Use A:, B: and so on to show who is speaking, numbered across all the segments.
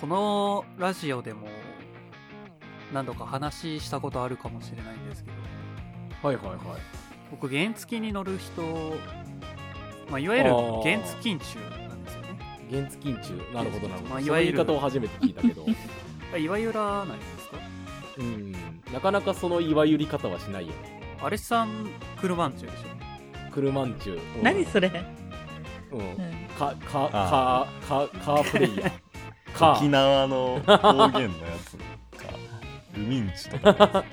A: このラジオでも何度か話したことあるかもしれないんですけど
B: はいはいはい
A: 僕原付に乗る人、まあ、いわゆる原付近中なんですよね
B: 原付近中なるほどなるほど、
A: まあい
B: そ
A: わ
B: うい
A: ゆ
B: う
A: る
B: 言い方を初めて聞いたけ ど
A: いわゆらないですか
B: うんなかなかそのいわゆり方はしないよね
A: あれさん車ん中でしょ
B: 車んちゅううん
C: 何それ、
B: うん
C: うん
B: かか
D: あ
B: かかカープレイヤーカ
D: 沖
B: ー
D: 縄の方言のやつかルミンチとか
B: 原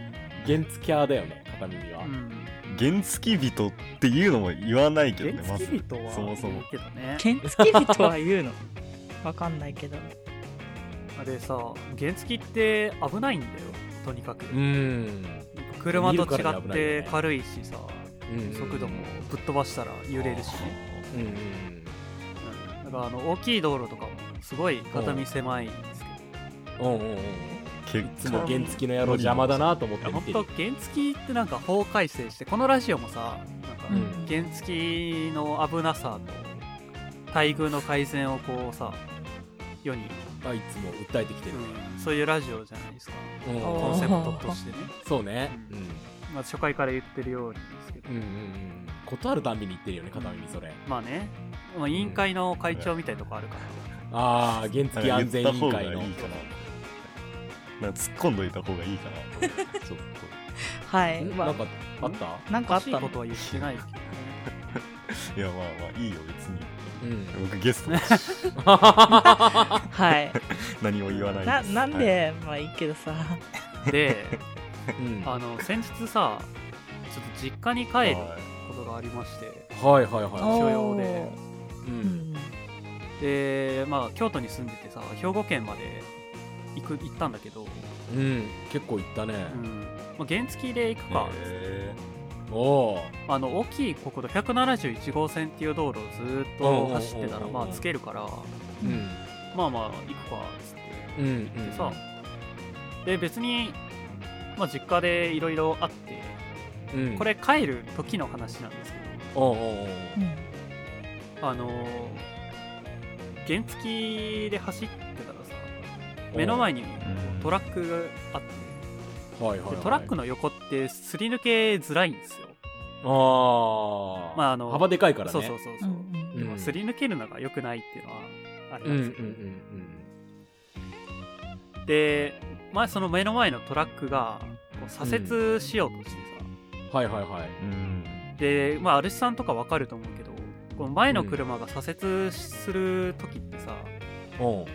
B: 付キャーだよね片耳は、
A: うん
D: 原付人っていうのも言わないけどね
A: 原付人は
D: まずそもそ
A: い
D: も
A: いけどね
C: 原付人は言うのわかんないけど
A: あれさ原付って危ないんだよとにかく
B: うん
A: 車と違
B: 見るからに
A: っ
B: 危ないよ
A: て
B: ね
A: 軽いしさ
B: うん
A: 速度もぶっ飛ばしたら揺れるしね
B: うんうん
A: だからあの大きい道路とかもすごい片身狭いんですけ
B: うんうんうんうん
D: 結
B: いつも原付の野郎邪魔だなと思っ
A: ど
B: て見
A: 本
B: てる
A: 当原付ってなんか法改正してこのラジオもさなんか
B: うん
A: 原付の危なさと待遇の改善をこうさ世に、
B: あいつも訴えてきてるね、
A: うんそういうラジオじゃないですか
B: うん
C: あー
A: コンセプトとしてね、
B: そうね、
A: う
B: うん
A: まあ、初回から言ってるようにですけど、
B: うんうんうん断るたんびに言ってるよね片耳それ、
A: まあねまあ委員会の会長みたいなとこあるから、
B: ああ原
D: なん
B: 付
D: か
B: 安全委
D: 言った方
B: 員
D: がい
B: 会
D: い
B: の
D: かななんか突っ込んどいた方がいいかなちょっ
C: はい
B: ん
C: まあ
B: なんかあった
C: なん
A: お
C: か
A: か
C: あっ
A: したい
C: の
A: ことは言ってないけどね
D: といやまあまあいいよ別に
B: うん
D: 僕ゲストだし
C: はい
D: 何も言わない
C: な
D: です
C: なんで、まあいいけどさ
A: で
B: うん
A: あ
B: は
A: の先日さちょっと実家に
D: はい
A: 帰る
D: はい
A: ことがありまして
B: いはいは
A: 所用で
B: い、う、
C: おーうんん
A: でまあ京都に住んでてさ兵庫県まで行く行ったんだけど、
B: うん、結構いったね、
A: うんまあ、原付で行くか、
D: へ
B: おお
A: あの大きい国道171号線っていう道路をずーっと走ってたら
B: うん
A: まあつけるから
B: うん
A: まあまあ行くかっつって
B: うんうん
A: でさで別に、まあ、実家でいろいろあって
B: うん
A: これ帰る時の話なんですけ
B: おうおうおう
C: うん
A: どあのー原付で走ってたらさ目の前に
D: ん
A: トラックがあって
B: はいはい、
A: で
B: はい、
A: トラックの横ってすり抜けづらいんですよ、
B: あー、
A: まあ
B: まあ
A: あ
B: あ
A: の
B: の幅でかいからね
A: そうそうそうそうう、
C: ん
B: うん
A: まあすり抜けるのが良くないっていうのはあり
B: うんうん
A: ま
B: う
A: す
B: ん
A: け
B: う
A: ど、
B: ん
A: で、まあ、その目の前のトラックがこう左折しようとしてさ、
B: はいはいはい
D: うん
A: でまあアルシさんとかわかると思うけどこの前の車が左折する時ってさ、
B: おう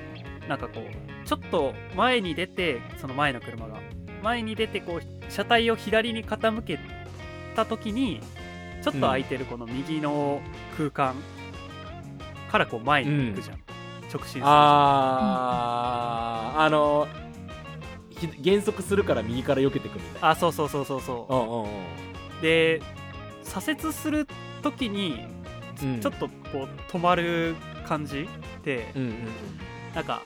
A: なんかこうちょっと前に出てその前の車が前に出てこう車体を左に傾けた時にちょっと空いてるこの右の空間からこう前に行くじゃん、直進するじゃん
B: あー、あのひ減速するから右から避けてくみたいな
A: あそうそうそうそう
B: う
A: そ
B: んうんう
A: う
B: ん
A: で左折する時に
B: うん
A: ちょっとこう止まる感じで、
B: うんうんうん
A: なんか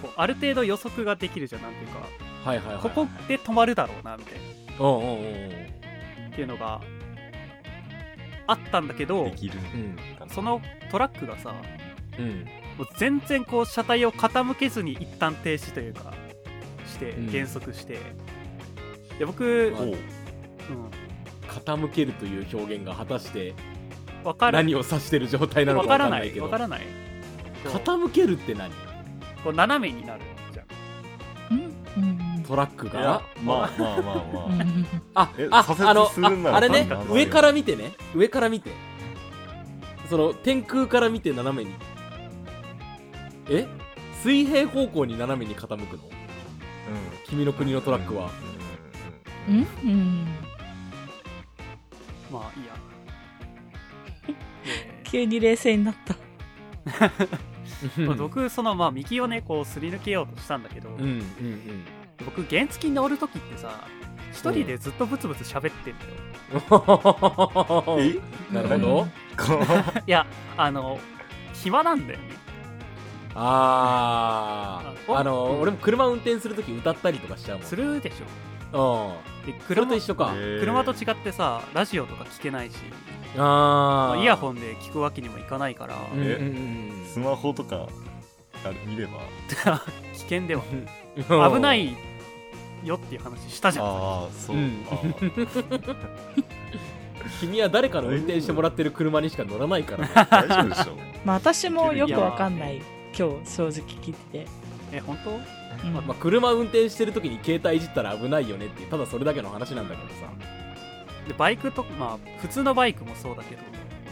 A: こうある程度予測ができるじゃんなんていうか
B: はいはいはいはい
A: ここで止まるだろうなみたい
B: うんうんうんうん
A: なっていうのがあったんだけど
D: できる
B: うん
A: そのトラックがさ
B: うん
A: もう全然こう車体を傾けずに一旦停止というかして
B: うん
A: 減速して、で僕、
B: は
A: う
B: い
A: ん、
B: 傾けるという表現が果たして
A: 分から
B: 何を指してる状態なの
A: わ
B: か
A: か
B: わからん
A: な
B: ないいけ
A: わ
B: ど
A: からないこう
B: 傾けるって何
A: こう斜めになるじゃん
C: うん
B: トラック
D: いや
B: が
D: まあまあまあま
C: うん
D: あ
B: あ
D: え
B: あ
D: 左折
B: あの
D: するなら
B: ああれね
D: なんだ
B: 上から見てね上から見てその天空から見て斜めにえ水平方向に斜めに傾くの
D: うん
B: 君の国のトラックは、
C: うんうん
A: まあいいやで
C: 急に冷静になった
A: まあ僕そのまあ右をねこうすり抜けようとしたんだけど、
B: うんうんうん
A: 僕原付に乗る時ってさ一人でずっとブツブツ喋ってんだよ、
D: え
B: なるほど
D: こ
A: いやあの暇なんだよね
B: あー
A: あ
B: あの
A: うん
B: 俺も車運転するとき歌ったりとかしちゃうもん
A: するでしょ
B: う
A: で
B: んそれ
A: 車
B: と一緒か、
D: へー
A: 車と違ってさラジオとか聞けないし、
B: あ
A: まあ
B: ー
A: イヤホンで聞くわけにもいかないから、
B: うんうんう
D: スマホとかあれ見れば
A: 危険では
B: うん
A: 危ないよっていう話したじゃん
D: ああそう
B: う
D: か、
B: ん君は誰かの運転してもらってる車にしか乗らないか らね
D: 大丈夫でしょ
C: まあ私もよくわかんない今日正直聞いてて、
A: え本当
C: うん
B: まあ車運転してる時に携帯いじったら危ないよねっていうただそれだけの話なんだけどさ、
A: でバイクとかまあ普通のバイクもそうだけど、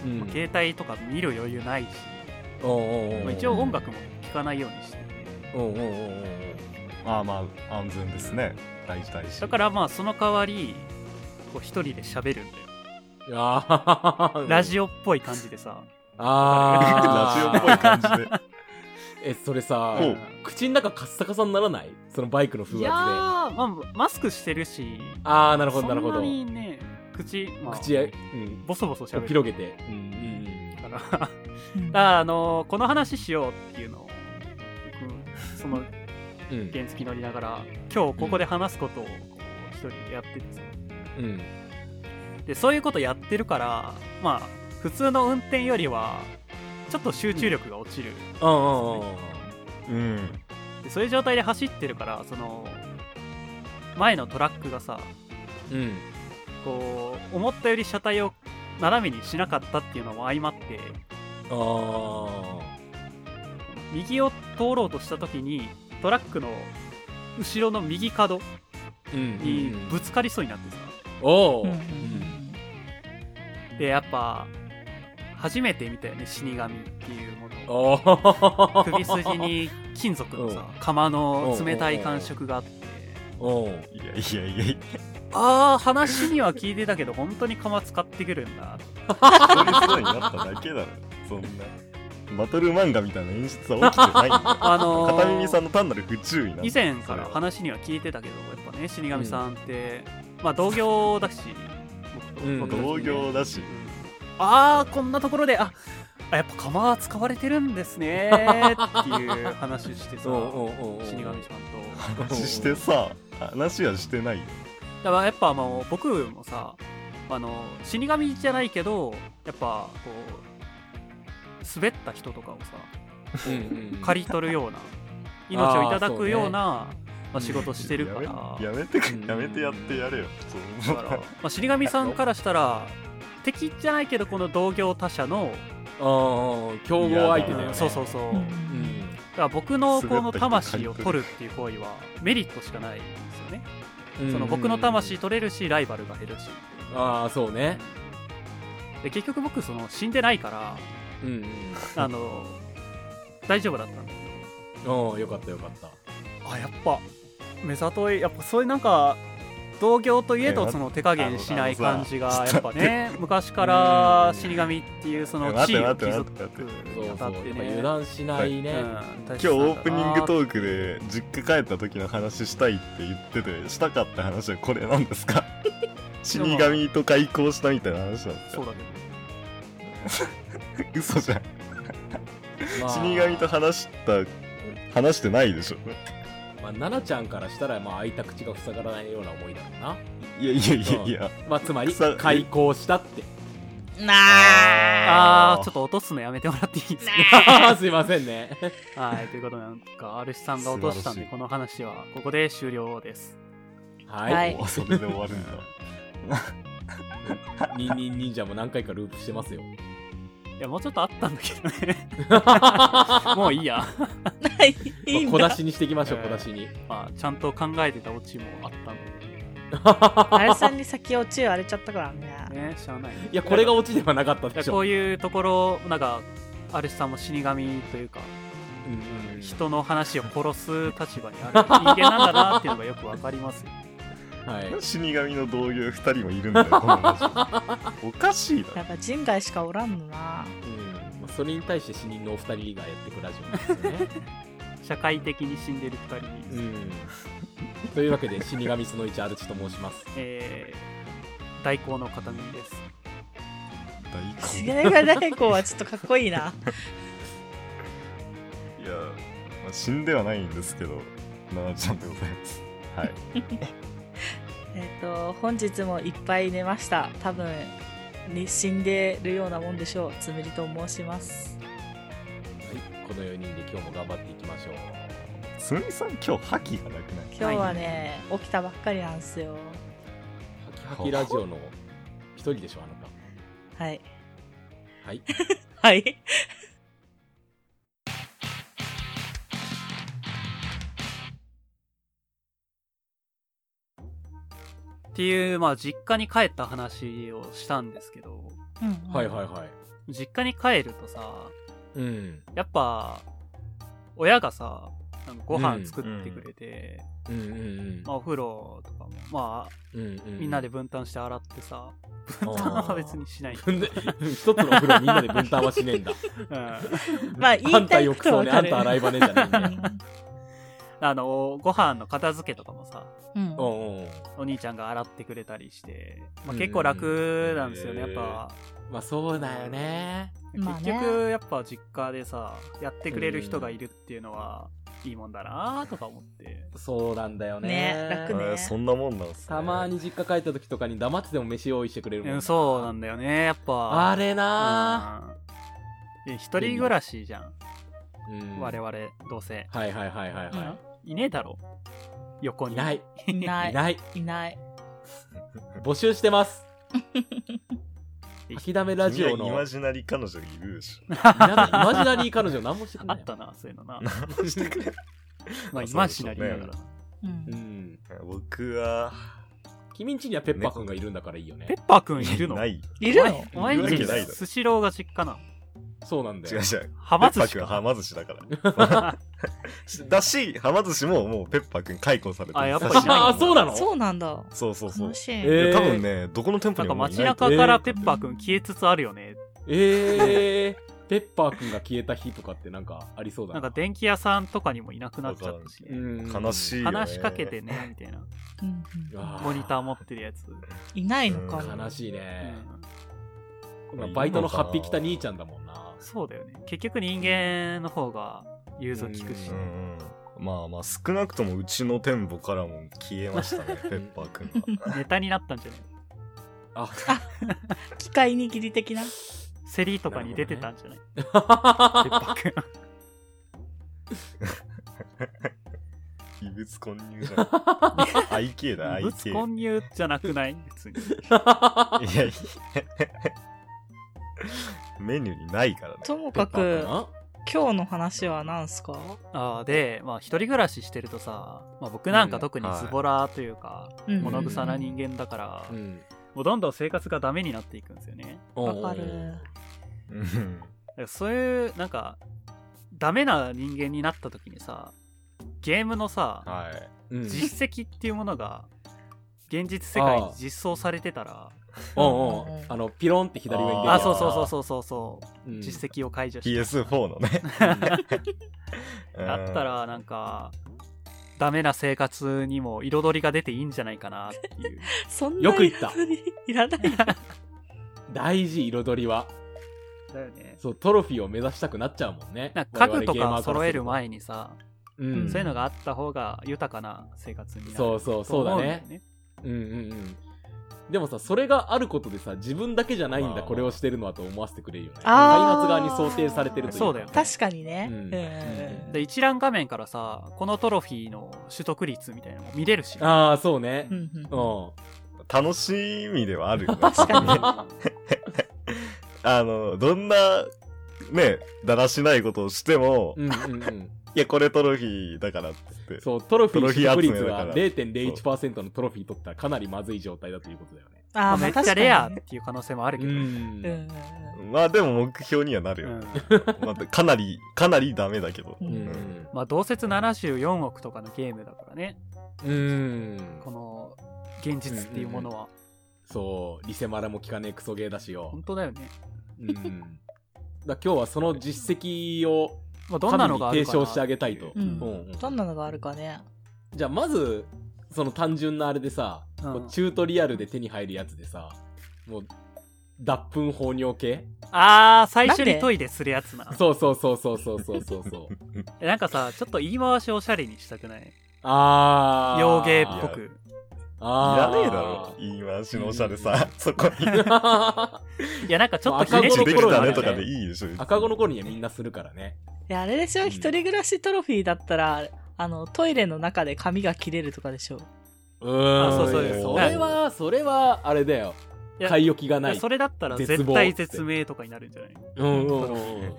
B: うん
A: まあ携帯とか見る余裕ないし、
B: おうおうおう
A: まあ、一応音楽も聴かないようにしてて
B: おうおうおうおう
D: ああまあ安全ですね大事大事
A: だからまあその代わりこう一人で喋るんだよ
B: いや ー
A: ラジオっぽい感じでさ
B: あー
D: ラジオっぽい感じで
B: えそれさ
D: おう
B: 口の中カッサカサにならないそのバイクの風
A: い
B: 圧で
A: やー、
B: あ
A: まあ、マスクしてるし
B: あーなるほどなるほ
A: そ
B: ど
A: んなにね口、まあ、
B: 口へ、うん、
A: ボソボソ喋る
B: 広げて、うん
A: から
C: うん
A: あのこの話しようっていうのを僕その
B: うんうん
A: 原付乗りながら今日ここで話すことをこう一人でやっててさ
B: うん
A: でそういうことやってるからまあ普通の運転よりはちょっと集中力が落ちる、
B: うんうんうん
D: うん
A: でそういう状態で走ってるからその前のトラックがさ
B: うん
A: こう思ったより車体を斜めにしなかったっていうのも相まって
B: あー
A: 右を通ろうとした時にトラックの後ろの右角
B: うん
A: にぶつかりそうになってさ、
B: おお、
C: うんうん
A: でやっぱ初めて見たよね死神っていうもの
B: おお
A: 首筋に金属のさ
B: う
A: 釜の冷たい感触があって
B: おう
D: いやいやいやいや
A: ああ話には聞いてたけど本当に釜使ってくるん だ
D: そういう人になっただけだろそんなバトル漫画みたいな演出は起きてないんだよ
A: あのー
D: 片耳さんの単なる不注意なんだ
A: 以前から話には聞いてたけどやっぱね死神さんって、まあ同業だし
B: うん
A: 僕と僕たちね
D: 同業だし
A: ああこんなところでああやっぱ釜は使われてるんですねーっていう話してさ
B: おうおうおう
A: 死神さん と
D: 話してさ話はしてないよ
A: だからやっぱもう僕もさあの死神じゃないけどやっぱこう滑った人とかをさ
B: うんうん
A: 刈り取るような命をいただくようなま
B: うね
A: あ、仕事してるからだ
D: や
A: か
D: めやめて
B: うん
D: やめてやってやれよそう
A: ら、まあ、死神さんからしたら敵じゃないけどこの同業他社の、
B: あー競合相手だよ
D: う
B: ね
D: ん
A: そうそうそう、
C: うん
A: だ
B: うん
A: から僕のこの
D: 滑った人刈り取
A: 魂
D: る
A: を取るっていう行為はメリットしかないんですよね、
B: うん
A: その僕の魂取れるしライバルが減るし
B: ああそうね
A: で結局僕その死んでないから
B: うん
A: あの大丈夫だったんだ
B: うんおおよかったよかった
A: あやっぱ目ざといやっぱそういうなんか同業といえ
D: い
A: ど
D: や
A: その手加減しない
D: あのあの
A: 感じが
D: さ
A: やっぱね昔から死神っていうその地位を
D: 待って
A: 築
D: 待って待って
A: く
B: そう
A: に
B: そ
A: あた
B: うや
A: っ
B: ってぱ
A: ね
B: 油断しないね、
A: うん大事
D: 今日オープニングトークで実家帰った時の話したいって言っててしたかった話はこれなんで すか死神と開口したみたいな話なんです
A: そう
D: よ
A: だけ
D: 嘘じゃん
B: まあ
D: 死神と話した話してないでしょ
B: まあ、奈々ちゃんからしたら、まあ、開いた口が塞がらないような思いだろうな。
D: いやいやいやいや
B: まあ、つまり
D: さ、
B: 開口したって。
C: なあ
A: どあーちょっと落とすのやめてもらっていいです か
B: あー すいませんね。
A: はいということでなんか R さんが落としたんで
D: 素晴らしい
A: この話はここで終了です
B: はい。
C: はい
D: おそれで終わるんだ
B: ニンニン忍者も何回かループしてますよ。
A: いやもうちょっとあったんだけど ねもういいや
C: ないいいん
B: まあ小
C: だ
B: 出しにしていきましょう、
A: え
B: 小
A: ー
B: 出しに。
A: まあちゃんと考えてたオチもあったんで
C: あやさんに先落ち言われちゃったからね
A: ね、しゃあない、ね。
B: いや、これがオチではなかった
A: いや
B: でしょ。
A: こういうところ、なんか、アルシさんも死神というか、
B: うんうん
A: 人の話を殺す立場にある人間なんだなっていうのがよくわかりますよ。
B: はい。
D: 死神の同僚2人もいるんだよこの話 おかしいだ
C: や
D: ろ
C: っぱ人外しかおらん
B: う
C: のな
B: んまあそれに対して死人のお二人がやってくラジオなんですよね。
A: 社会的に死んでる二人に、
B: うん。というわけで、死神その1アルチと申します。
A: えー、代行の片耳です。
C: 菅が大子はちょっとかっこいいな
D: いや、まあ、死んではないんですけど奈々ちゃんでございますはい
C: えっと本日もいっぱい寝ました多分に死んでるようなもんでしょうつむりと申します
B: この4人で今日も頑張っていきましょう
D: すみさん今日覇気がなくない
C: 今日はね、起きたばっかりなんですよ。
B: ハキハキラジオの一人でしょあなた
C: はい。
B: はい
C: はい。
A: っていう、まあ、実家に帰った話をしたんですけど、
C: うん。
B: はいはいいはい
A: 実家に帰るとさ、
B: うん
A: やっぱ、親がさ、なんかご飯作ってくれて、
B: うんうん
A: まあ、お風呂とかも、まあ、
B: うんうんうん
A: みんなで分担して洗ってさ、
B: 分
A: 分担は 別にしない。う
B: 分で一つのお風呂みんなで分担はしねえんだ
A: ん
C: まあ、
B: あ
C: 言い
B: んた
C: たい
B: 浴
C: ことは
B: 槽ねあ
C: わか
B: ん
C: る。
B: た洗い場ねえじゃねえんだよ
A: あの、ご飯の片付けとかもさ、
C: うん
B: う。んうん
A: お兄ちゃんが洗ってくれたりして、まあ、
B: うん
A: 結構楽なんですよね、
D: へ
A: やっ
D: ー
A: ぱ。
B: まあそうだよね
C: まあ
A: 結
C: ね
A: 局、やっぱ実家でさ、やってくれる人がいるっていうのは、いいもんだなとか思って。
B: そうなんだよね
C: ね楽ね
D: えーそんなもんなんすね
B: たまに実家帰った時とかに黙ってても飯用意してくれるも
A: う
B: んな、
A: ん、そうなんだよね、やっぱ。
B: あれな
A: うんいや一人暮らしじゃん、
B: ー、うん
A: 我々、どうせ。
B: はいはいはいはいはい
A: ねえだろ、横
B: い、
A: に。
B: いない
C: いないい。
B: ない
C: いない。
B: 募集してます諦めラジオの
D: 君
B: イ
D: はイマ
B: マ
D: ジナリ彼女いるでしょ
B: ジナリー彼女何もしてくん
A: あ
B: ない
A: ったな、そういうのな。
D: 何もしてくれ ない
A: まあ、
D: あ
A: 今しなりな
D: そ
A: が
D: う
A: ら
D: で。
C: う。
B: うんん
D: 僕は
B: 君んちにはペッパーくんがいるんだからいいよね
A: ペッパーくんいるの
D: ない違
C: いるの
A: お前ん
D: いる
A: ち
D: わけないだろ
A: スシローが実家なの。
B: そうなんだ
D: う違
B: よ
D: うペ
A: はま
D: ッ
A: 寿
D: パー
A: 司
D: くんは
A: か。
D: はま寿司だから だしはま寿司ももうペッパーくん解雇されてる
A: あやっぱ
D: 刺身
A: いないんだ
B: ああそうなの
C: そうなんだ。
D: そうそうそう
C: 楽しい。
B: えー
D: 多分ねどこの店
A: なん
D: 舗に
A: か
D: ももうい
A: 街
D: ないと
A: 中からペッパーくん消えつつあるよね。
B: えー、ペッパーくんが消えた日とかってなんかありそうだ
A: なんか電気屋さんとかにもいなくなっちゃったし、ね、
B: うん
D: 悲しいよね
A: 話しかけてね、みたいな。
C: うん
B: うわ
A: モニター持ってるやつ。
C: うんいないのか
D: ー
C: も。
B: 悲しいうね、
A: ん
B: まあバイトのハッピー来た兄ちゃんだもんな
A: そうだよね。結局人間の方が融通聞くし
D: う。んうんまあまあ少なくともうちの店舗からも消えましたねペッパーくん は
A: ネタになったんじゃない
B: あ
C: 機械握り的な。
A: セリとかに出てたんじゃない、ペッパーくん。
D: 異物混入じゃん IK だ
A: 物
D: IK
A: 混入じゃなくない別に。
D: いやいやメニューにないからね
C: とも
B: ペッ
C: か
B: パー
C: く
B: くん、あ
C: 今日の話は何すか
A: あーで、まあ一人暮らししてるとさ、まあ僕なんか特にズボラというか、
C: うん
A: 物臭な人間だから、
B: うん
A: もうどんどん生活がダメになっていくんですよね。
C: わかる。
D: うん
A: だからそういうなんかダメな人間になった時にさゲームのさ
D: はい
B: うん
A: 実績っていうものが現実世界に実装されてたら
B: うんうんあのピロンって左上に出る
A: あ
B: やつ
A: そうそうそうそうそうそううん実績を解除して、
D: PS4 のね
A: だったらなんかダメな生活にも彩りが出ていいんじゃないかなって いう
C: そんな
B: よく言った
C: 彩りいら ない。
B: 大事彩りは
A: だよね
B: そうトロフィーを目指したくなっちゃうもんね
A: なんか家具と
B: 我々ゲーマ
A: か
B: ーら
A: 揃える
B: す
A: 前にさ、
B: とうん
A: そういうのがあった方が豊かな生活になる
B: そうそうそうだね
A: と思んよね
B: うんうんうんでもさそれがあることでさ自分だけじゃないん
D: まあ
B: だこれをしてるのはと思わせてくれるよね開
C: あ
B: 発
C: ー
B: 側に想定されてるという
A: そうだよね
C: 確かにね。
B: う
C: うんん
A: で一覧画面からさこのトロフィーの取得率みたいなのも見れるし
B: ああそうね
C: う
B: うん
C: んうん
D: 楽しみではあるよね
C: 確かに
D: あのどんなねだらしないことをしても、
B: うんうんうん
D: いやこれトロフィーだからって言って
B: そうトロフィー取得率
D: トロフィー集めだか
B: が
D: ら
B: 0.01%のトロフィー取ったらかなりまずい状態だということだよね
C: あーまあ、
A: めっちゃレアっていう可能性もあるけ
B: う
A: ど、
C: 確かにね。
B: ん
D: まあでも目標にはなるよ、
A: うん
D: まあ、かなりかなりダメだけど
C: うんうん
B: うん
A: まあ同説74億とかのゲームだからね
B: うん
A: この現実っていうものは、
B: そうリセマラも効かねえクソゲーだしよ
A: 本当だよね、
B: うんだから今日はその実績を
A: まあ、どんな
B: 神
A: の
B: に
A: があ
B: 提
A: るか
B: 唱してあ
A: な
B: げたいと
C: うん
B: うんうん
C: どんなのがあるかね。
B: じゃあまずその単純なあれでさ、
A: うん
B: こうチュートリアルで手に入るやつでさもう脱粉放尿系
A: あー最初
C: なん
A: に
C: で
A: トイレするやつな
B: そうそうそうそうそうそうそうそう
A: えなんかさちょっと言い回しおしゃれにしたくない
B: ああ
A: 洋芸っ
D: ー
A: ぽく
B: あ
D: ら
B: あ。
D: ねえだろ言い回しのおしゃれさそこに
B: ろ。
A: いや、なんかちょっと
B: 赤
D: 「
A: ひね
B: 子
A: っ
D: 一緒
A: てく
B: の
D: でき
A: る
D: た
A: のあ
D: ね」
A: る
D: と
A: よ
D: か
A: ね
D: でいいでしょ
B: 赤子の頃にはみんなするからね。
C: いやあれでしょ、
D: うん
C: 一人暮らしトロフィーだったらあのトイレの中で髪が切れるとかでしょ
B: うーん。
A: あそうそう
D: です
B: それは、それは、あれだよ。
A: いや
B: 買い置きが
A: い
B: な
A: や
B: い。
A: それだったら
B: 絶
A: 絶
B: 望
A: 対絶命とかになるんじゃない
B: うんうんうんうん。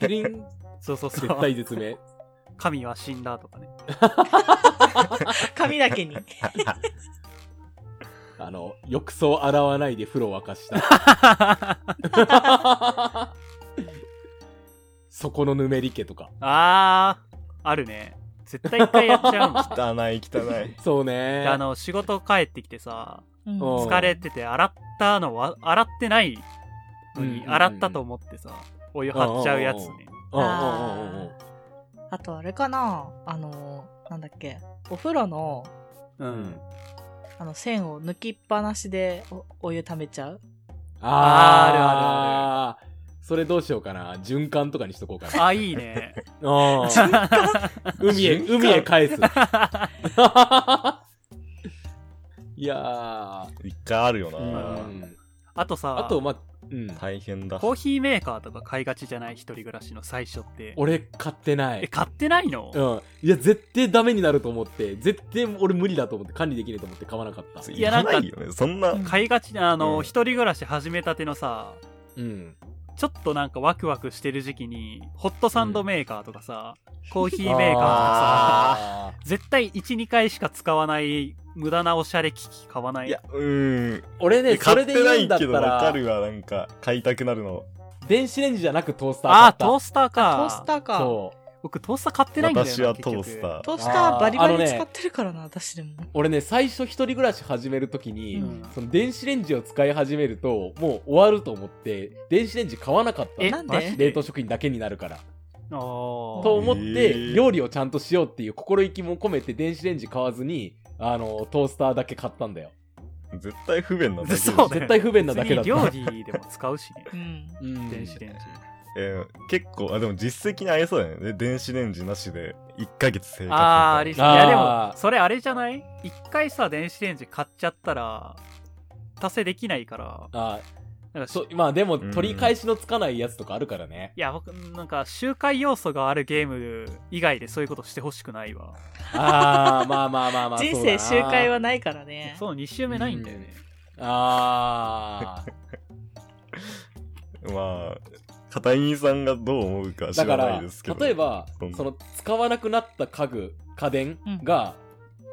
B: キリン、
A: そうそうそ
B: 絶
A: う
B: 対絶命。
A: 神は死んだとかね
C: 髪だけに
B: あの、浴槽洗わないで風呂沸かした。 そこのぬめり家とか。
A: あーあるね絶対一回やっちゃうもん
D: 汚い汚い
B: そう ね。
A: であの仕事帰ってきてさ
C: うん
B: おう
A: 疲れてて洗ったのは洗ってないの
B: うんうん
A: に
B: うん
A: 洗ったと思ってさお湯張っちゃうやつね
B: うんうんうんうんうん。
C: あとあれかなあのなんだっけお風呂の
A: う
B: うん
A: ん
C: あの線を抜きっぱなしでおお湯溜めちゃう
A: あー
B: あるあるそれどうしようかな。循環とかにしとこうかな。
A: あいい ね
B: うん海へ、
D: 循環
B: 海へ返 す。いや
D: 一回あるよ
B: ー、う。
D: なん
A: あとさ
B: あと、ま、うん。
D: 大変だ
A: コーヒーメーカーとか買いがちじゃない一人暮らしの最初って
B: 俺買ってな
A: え
B: い。
A: 買ってないの
B: うん。いや、絶対ダメになると思って、絶対俺無理だと思って、管理できないと思って買わなかった。
A: い
D: い
A: や
D: や
A: なか
D: なんんかないよねそんな
C: うん
A: 買いがちなあの、
D: うん
A: 一人暮らし始めたてのさ
B: うん。
A: ちょっとなんかワクワクしてる時期にホットサンドメーカーとかさ、コーヒーメーカーとかさ
B: あー
A: 絶対12回しか使わない無駄なおしゃれ機器買わない
D: いやうーん
B: 俺ね、そ
D: 買
B: れ
D: っ
B: で
D: てな
B: 言うん
D: い
B: だっ
D: け
B: た、
D: どわからるわなんか買いたくなるの
B: 電子レンジじゃなくトースター買
A: あ
B: っ
A: あ
B: た。
A: トースター
C: ト
A: か
C: ースターか
B: そう。
A: 僕トースター買ってないんだよな
D: 私はトースター
C: トースタ
B: あー
C: ーバリバ
B: あの
C: リ
B: ね
C: 使ってるからな、私でも
B: 俺ね、最初一人暮らし始めるときに、
C: うん
B: その電子レンジを使い始めると、もう終わると思って、電子レンジ買わなかった
A: え
C: なん
A: マジ
C: で
B: 冷凍食品だけになるから。
A: あー
B: と思っ
D: へ
B: て、
D: ー
B: 料理をちゃんとしようっていう心意気も込めて、電子レンジ買わずに、あの、トースターだけ買ったんだよ。
D: 絶対不便なだけでし
A: そ
D: ょ
A: うね
B: 絶対不便なだけだっ
A: 別
B: た。
A: に料理でも使うしね
C: うん
B: うん
A: 電子レンジ
D: えー結構あでも実績に合いそうだよねで電子レンジなしで1ヶ月生活みた
A: あ
D: い
A: あ
D: な
A: あれい
B: あー
A: やでもそれあれじゃない一回さ電子レンジ買っちゃったら達成できないから
B: あ
A: なんかし
B: そうまあでも、
D: ん
B: 取り返しのつかないやつとかあるからね。
A: いや僕なんか周回要素があるゲーム以外でそういうことしてほしくないわ
B: ああ、まあまあまあまあ。
C: 人
B: そうだ
C: 生
B: な
C: 周回はないからね
A: そう2周目ないんだよね
B: ああ。
D: まあ片井さんがどう思うか
B: だ
D: 知
B: からら
D: ないですけど
B: 例えば
D: そんな
B: その使わなくなった家具家電が、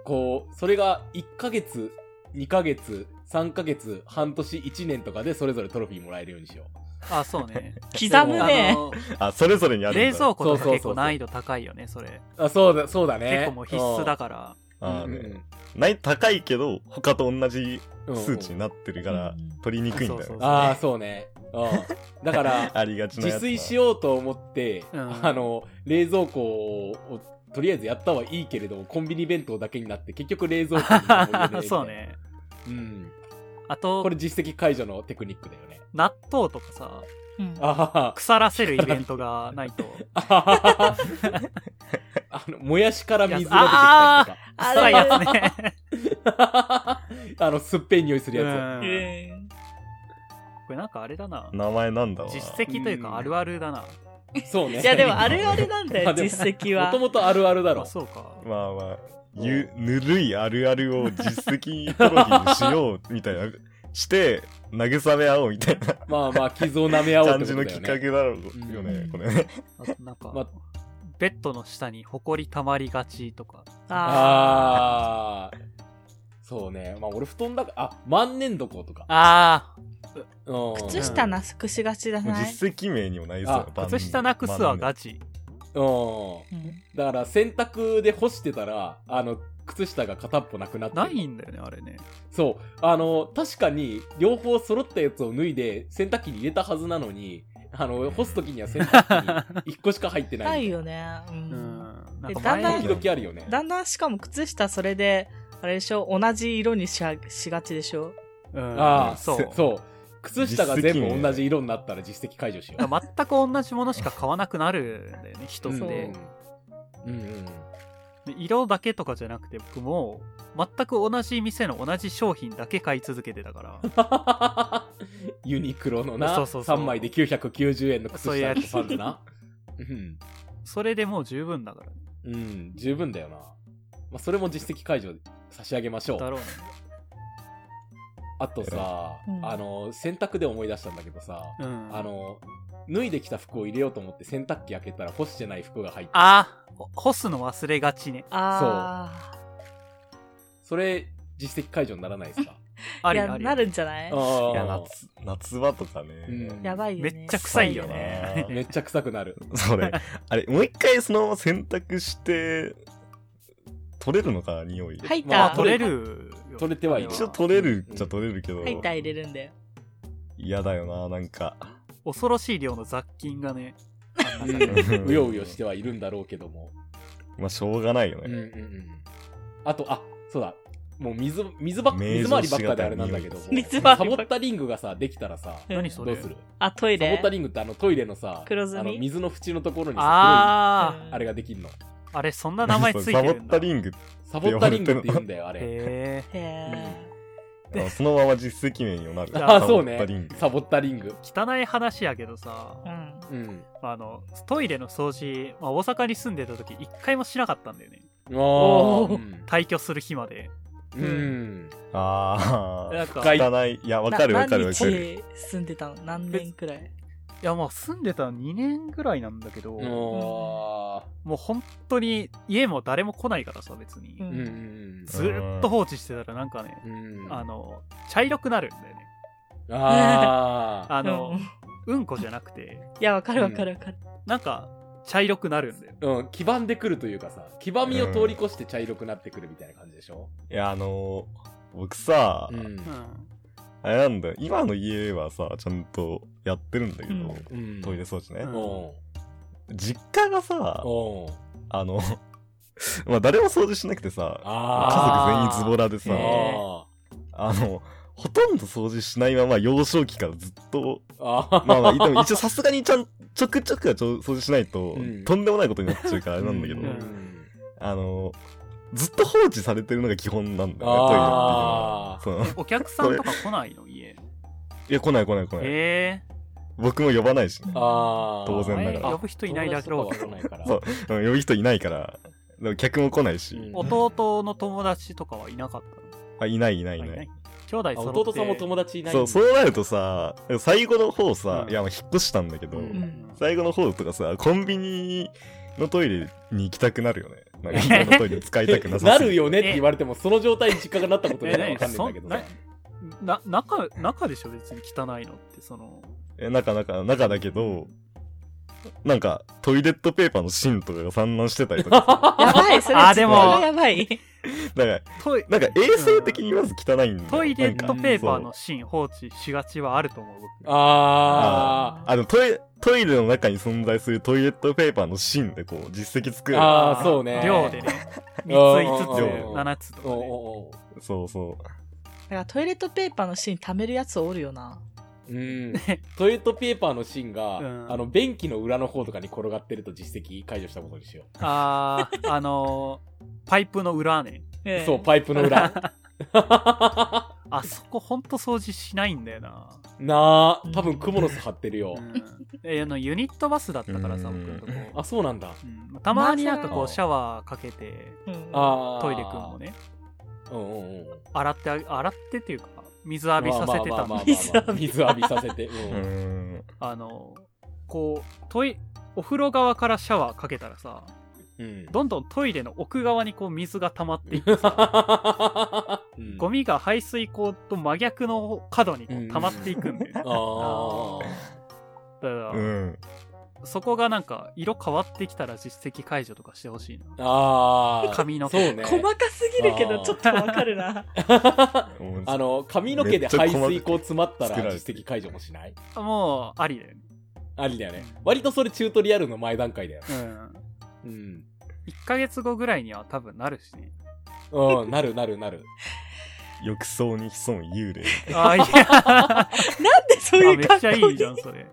B: こうそれが1ヶ月2ヶ月3ヶ月半年1年とかでそれぞれトロフィーもらえるようにしよ
A: あそう ね
C: 刻む
A: あ
C: ね
A: の
D: あそれぞれにあるんだ
A: 冷蔵庫とか
B: そうそうそう
A: 結
B: そう
A: 構難易度高いよねそれ
B: うあそうだそうだね
A: 結構もう必須だから
D: あー
B: うん
D: ね
B: うん
D: ない高いけど他と同じ
B: うん
D: 数値になってるから
C: うん
D: 取りにくいんだ
A: そうそ
D: よ
A: う
D: ね
B: ああそうね、うん、だ から
D: ありがちな
B: 自
D: やつ
B: 炊し
D: よ
B: ようと思って、
A: うん
B: あの冷蔵庫をとりあえずやったはいいけれどもコンビニ弁当だけになって結局冷蔵庫にも入れねえみたい な
A: そう、ね
B: うん、
A: あと
B: これ実績解除のテクニックだよね
A: 納豆とかさ
C: うん
B: あはは
A: 腐らせるイベントがないと
B: あの、もやしから水が
A: あ
B: 出て
C: あ
A: 臭いやつね
B: きたりとか。 あの、すっぺい匂いする
A: う
B: や
A: ん
C: うん
A: これなんかあれだな
D: 名前なんだわ
A: 実績というかあるあるだな
B: つ。そうね。
C: いや でもあるあるなんだ
B: まあ
C: よ
B: でも
C: 実績
B: も
C: は
B: ともとあるあるだろ
A: あ。そうか
D: まあまあゆぬるいあるあるを実績トロフィーにしようみたいなして慰め合おうみたいな
B: まあまあ、傷を舐め合おうって
D: 感
B: こ
D: じ
B: と
D: の
B: だ
D: き
B: よ
D: っか
B: ね。
D: けだろうよ
C: う
D: ね
C: ん
D: これね
A: あとなんか、
B: ま
A: ベッドの下にほこりたまりがちとか
B: あ
C: あ
B: あ。そうね。まあ俺布団だから、あ、万年床とか。
A: あ
B: うん。
C: ー靴下なくしがちだ
D: もう
C: ない、
D: 実績名にもないさ
B: あ
A: あ靴下なくすはガチ
B: うん。
C: うん
B: だから洗濯で干してたら、あの、靴下が片っぽなくなってる
A: ないんだよねあれね
B: そう。あの、確かに、両方揃ったやつを脱いで、洗濯機に入れたはずなのに、あの、干すときには洗濯機に1個しか 入ってな。
C: ないいよね、う
A: うんんなん
C: え
A: か
C: だんだ
A: 前
C: ん
A: に
B: 時々あるよね。
C: だんだんしかも靴下それであれでしょ同じ色にしあしがちでしょ
A: うん
B: ああ、
A: そう
B: そう。靴下が全部同じ色になったら実績解除しよ
A: だから全く同じものしか買わなくなるんだよね人
B: う。
A: っ
B: う
A: て、
B: ん
A: で
B: うんうん。
A: で色だけとかじゃなくて僕も全く同じ店の同じ商品だけ買い続けてたから
B: ユニクロのな、
A: そうそうそう
B: 3枚で990円の靴
A: そういう
B: 下
A: や
B: と
A: つ
B: パンツな。うん。
A: それでもう十分だからね
B: うん、十分だよな。まあ、それも実績解除で差し上げましょ
A: だ
B: う。
A: ろうね
B: あとさ、
C: うん
B: あの、洗濯で思い出したんだけどさ、
A: うん
B: あの、脱いできた服を入れようと思って洗濯機開けたら干してない服が入って、
A: あほ干すの忘れがちね
C: ああ
B: それ実績解除にならないですか
A: あ
C: い
A: り
C: や
A: あり
C: なるんじゃない
B: あ
D: いや
B: あ、
D: 夏夏場とかね、
B: うん
C: やばいよね
A: めっちゃ臭いよ
D: ね
B: めっちゃ臭くなる。
D: それあれもう一回そのまま洗濯して取れるのか匂い
C: 入った、
B: まあ
A: 取れるよ
B: 取れてはいる
D: 一応取れるっちゃ取れるけど
C: 入った入れるんだよ
D: 嫌だよななんか
A: 恐ろしい量の雑菌がねあん
B: う
A: な中に
B: んうようよしてはいるんだろうけども。
D: まあしょうがないよね、
B: うんうんうん。あと、あ、そうだ。もう水、水ばっ、水
D: 名城
B: 回りばっかであれなんだけども。
C: 水
B: サ
C: 回りば
B: ボ
C: っか
B: ったリングがさ、できたらさ、
C: うん
A: 何そ
B: ど
A: れ
B: うする
C: あトイ
B: サボ
C: レ
B: ったリングってあのトイレのさ、
C: 黒ずみ
B: あの水の縁のところにさ、
A: あ
B: 黒いあれができんの。
A: ああれそんな名前ついてるん
D: サ
A: だ
D: ボったリング
B: サボったリングって言うんだよ、あれ。
A: へえ
C: へえ
D: あそのまま実績名にもなる
B: あ
D: サ
B: そう
D: ボっ
B: ね
D: たリング
B: サボったリング。
A: 汚い話やけどさ
C: うん
B: うん。
A: あのトイレの掃除、まあ、大阪に住んでた時一回もしなかったんだよね
B: あー
C: お
A: 退去する日まで
B: うん。うん。
D: あ
A: なん
D: あ
A: か
B: 深
A: い
B: い
D: 汚いいやわかるわかるわ
C: な
D: かる
C: 何日住んでたの何年くらい
A: やまあ住んでた2年ぐらいなんだけど、
B: あ
A: もう本当に家も誰も来ないからさ別に、
C: う
B: ー
C: ん
B: うんうん
A: ずーっと放置してたらなんかね、
B: うん。うん
A: あ、の茶色くなるんだよね
B: あ ー
A: あの
C: うん、
A: うんこじゃなくて
C: いやわかるわかるわかる、
A: なんか茶色くなるんだよ
B: うん、黄ばんでくるというかさ、黄ばみを通り越して茶色くなってくるみたいな感じでしょ
D: いやあのー僕さ、
B: ん
A: うん
D: あれなんだよ今の家はさちゃんとやってるんだけど、
C: う
B: うん
D: トイレ掃除ね、
A: うん
B: お
D: 実家がさ
B: うおう
D: あの まあ誰も掃除しなくてさ
B: あ
A: あ
D: 家族全員ズボラでさ
A: ーへ
B: あ
D: あのほとんど掃除しないまま幼少期からずっと
B: あ
D: まあまあでも一応さすがにちゃんちょくちょくはちょ掃除しないと、
B: うん
D: とんでもないことになっちゃうからあれなんだけど、
A: うん
D: あのずっと放置されてるのが基本なんだよねトイレっていうのは
B: あ
D: その
A: お客さんとか来ないの家へ
D: いや来ない来ない来ない、
A: え
D: 僕も呼ばないしね
B: ーあー
D: 当然ながら
A: 呼ぶ人いないだろうけど
B: 友達とかは来ないから
D: そううん呼ぶ人いないから、でも客も来ないし、
B: うん
A: 弟の友達とかはいなかった
D: あいないいないい
A: の
D: ない。
A: 兄弟
B: あ
A: 揃って
B: 弟さんも友達いない
D: そう、そうなるとさ、最後の方さ、
A: うん
D: いや、まあ引っ越したんだけど、
A: うん
D: 最後の方とかさ、コンビニのトイレに行きたくなるよね。 なんか今のトイレ使いたくな
B: え
D: さす
B: な
D: ぎ
B: る
D: て
B: よねって言われても、その状態に実家がなったことに
A: え
B: はわ
A: 何
B: かんないん
A: そ
B: だけ
A: ん
B: ど
A: な
B: さ。
A: な中中でしょ別に汚いのってその
D: え、なかなか、なかだけど、なんか、トイレットペーパーの芯とかが散乱してたりと か。
C: やばいそれ
A: あーでも
C: それはやばい
D: だから、
A: トイ
D: なんか衛生的にまず汚いんだよ。
A: トイレットペーパー
D: なん
A: の
D: か。そう
A: 芯放置しがちはあると思う僕
B: あ
D: あのトイレ、トイレの中に存在するトイレットペーパーの芯でこう、実績作
B: ー
D: る。
B: あー、そうね。
A: 量でね
B: うん
A: 3つ5つ
B: うん
A: 7つとか
B: おう
A: ね
B: おうお
D: そうそ
C: だ
D: う。
C: からトイレットペーパーの芯貯めるやつおるよな
B: う。うん。トイレットペーパーの芯が、
A: うん
B: あの、便器の裏の方とかに転がってると実績解除したことにしよ
A: あーあのーパイプの裏ね
B: う。
C: ええ
B: そう、パイプの 裏。
A: あそこほんと掃除しないんだよな、
B: なあ、多分クモの巣張ってるよ
A: う。ん、えあのユニットバスだったからさ僕
D: うん
A: のとこ、
B: あ、そうなんだ。
A: うん、たまになんかこ
B: あ
A: うシャワーかけて
C: うん
B: ああ。
A: トイレくんも。ね
B: うんうんうん。
A: 洗ってあげ洗ってっていうか水浴びさせてたん
B: まあまあまあまあまあ
A: だ
B: 水浴びさせて。
D: う
B: う
D: ー
B: ん
D: ん。
A: あのこうトイお風呂側からシャワーかけたらさ
B: うん。
A: どんどんトイレの奥側にこう水が溜まっていってさ
B: うん
A: ゴミが排水口と真逆の角にこう溜まっていくんで、だか
B: ああ。
A: ら、
D: うん。
A: そこがなんか色変わってきたら実績解除とかしてほしいな
B: ああ。
A: 髪の毛
B: そうね。
C: 細かすぎるけ
B: あ
C: ど
B: ー
C: ちょっとわかるな
B: あの、髪の毛で排水口詰まった
D: めっちゃ細
B: ら
D: かく
B: 実績解除もしない
A: もうありだよね
B: ありだよね。割とそれチュートリアルの前段階だよ。
A: うん
B: うん。
A: 1ヶ月後ぐらいには多分なるし ね
B: うん、なるなるなる。
D: 浴槽に潜む幽霊。
A: ああいや
C: なんでそう
A: あ
C: いう
A: め
C: 格
A: っちゃ
C: 好
A: いい
C: に
A: じゃんそれ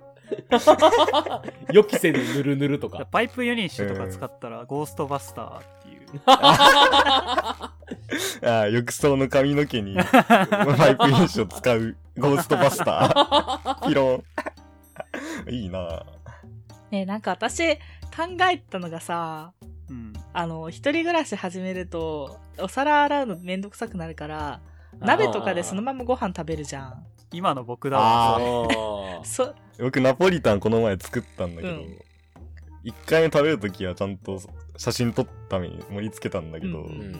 B: 予期せぬぬるぬるとか。
A: パイプユニッシュとか使ったらゴーストバスターっていう
D: ああ、浴槽の髪の毛に、マイプ品種を使う、ゴーストバスター、ピロン。いいなぁ
C: ねなんか私考えたのがさ、
A: うん、
C: あの、一人暮らし始めると、お皿洗うのめんどくさくなるから、鍋とかでそのままご飯食べるじゃん。
A: 今の僕だ
D: あ
A: わ
D: ー
B: あー
C: そ、
D: 僕、ナポリタンこの前作ったんだけ
C: う
D: ど
C: ん、
D: 一、回目食べるときはちゃんと写真撮ったために盛り付けたんだけど、
C: うん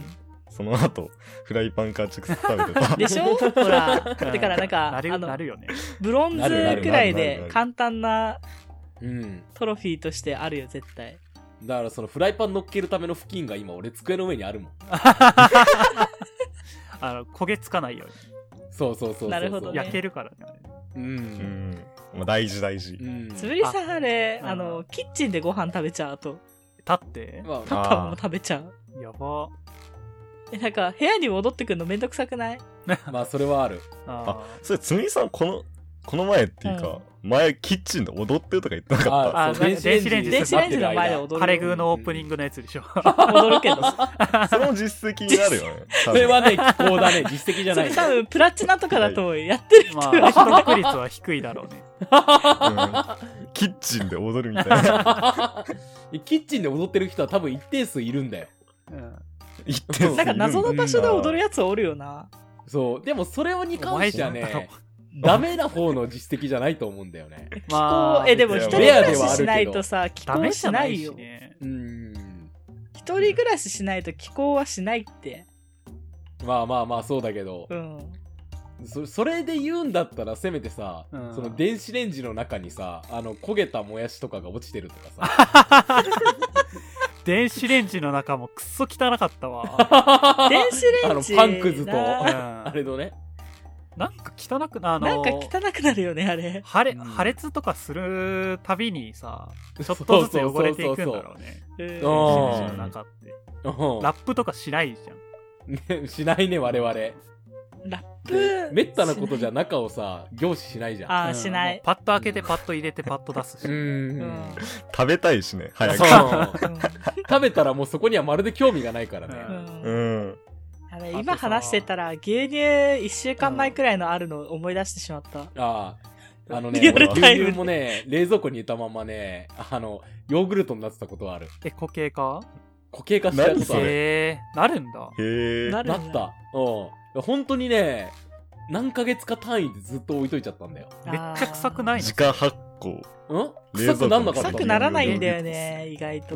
D: その後、 フライパンから直接食べて た。
C: でしょほら。だ
A: うん
C: からなんか、
A: な
C: あ
A: るな
C: の
A: る、よね
C: ブロンズくらい
D: なるなるなるな
C: で
D: る
C: 簡単な
B: うん。
C: トロフィーとしてあるよ、絶対。
B: だからそのフライパン乗っけるための付近が今俺机の上にあるもん。
A: あの焦げつかないように
B: そうそうそうそうそう。
C: なるほどね
A: 焼けるからねあれ
B: う。
D: うんん。まあ、大事大事
B: う。ん。
C: つぶりさんあれ、
A: あ
C: あの、キッチンでご飯食べちゃうと、
A: 立って
B: まあ
C: パパも食べちゃう。
A: やば
C: え、なんか、部屋に戻ってくるのめんどくさくない
B: まあそれはある。
A: あ
D: それ、つみさん、この、この前っていうか、前、キッチンで踊ってるとか言ってなかった
A: あ
B: そう
A: なんか電子レンジ
C: 電子レンジの前
B: 待っ
C: で
B: てる間
C: 踊
A: ー
C: る。
A: カレグーのオープニングのやつでし ょ
C: 踊るけど。
D: それも実績になるよね。
B: それはね、気候だね。実績じゃ
C: そ
B: ない
C: れ
B: よ。
C: 多分、プラチナとかだと思う。やってる人
A: ま
C: は
A: あネット確率は低いだろうね
D: 多分うんキッチンで踊るみたいな。
B: キッチンで踊ってる人は多分一定数いるんだよ。
A: うん
D: 言ってる
C: なんか謎の場所で踊る
D: や
C: やつおるよな。
B: そう。でもそれに関しては
A: お前なんだろ
B: ね
A: う、
B: ダメな方の実績じゃないと思うんだ よね。
C: 気
A: ま
C: 候
A: あ、
C: え、でも一
D: 別
C: 人
D: に
C: 暮ら
B: レアではある
C: し
B: け
C: し
B: ど
C: ないとさ、気
A: ダ
C: 候
A: メじ
C: し
A: ゃ
C: な
A: ないいし
C: よ。
A: ね
B: うん。
C: 一人暮らししないと気候はしないって。
B: まあまあまあそうだけど
C: う、ん。
B: そそれで言うんだったらせめてさ、
A: うん
B: その電子レンジの中にさあの焦げたもやしとかが落ちてるとか
A: 電子レンジの中もくっそ汚かったわ、
B: さ
C: 電子レンジな
B: あのパンくずと
A: うん、
B: あ
A: な
B: れのね
A: んか汚くなあの
C: なんか汚くなるよね、あれ。
A: 破れ
B: うん
A: 破裂とかするたびにさちょっとずつ汚れていくんだろうね
C: う
B: あー
C: ん
A: 電子レンジの中って
B: うん
A: ラップとかしないじゃん
B: ね しないね我々
C: ラップ。
B: めったなことじゃ中をさ凝視しないじゃん
C: あーしな
A: も。
C: いう
A: パッと開けてパッと入れてパッと出すし、
B: う
C: うんん。
D: つ。食べたいしね、早
B: そ
D: く。
B: う
C: うん
B: 食べたらもうそこにはまるで興味がないからね、
A: うん
C: う
D: うんん。
C: あれ
A: あとさ
C: 今話してたら、牛乳1週間前くらいのあるのを思い出してしまった。
B: あああのね
C: リア
B: 俺
C: ル
B: は
C: タイム
B: 牛乳もね冷蔵庫にいたままねあのヨーグルトになってたことはある
A: え固形化
B: 固形化しちゃう
D: 何
B: こと
D: そ
B: あ
D: れ
B: る
A: へえー、なるんだ
D: へえ。
C: なる
B: な
C: よね
B: った。うん。本当にね、何ヶ月か単位でずっと置いといちゃったんだよ。
A: めっちゃ臭くないの
D: 時間発酵。
B: ん臭
D: 冷蔵庫
B: くなんなかった
C: 臭くならないんだよね、意外と。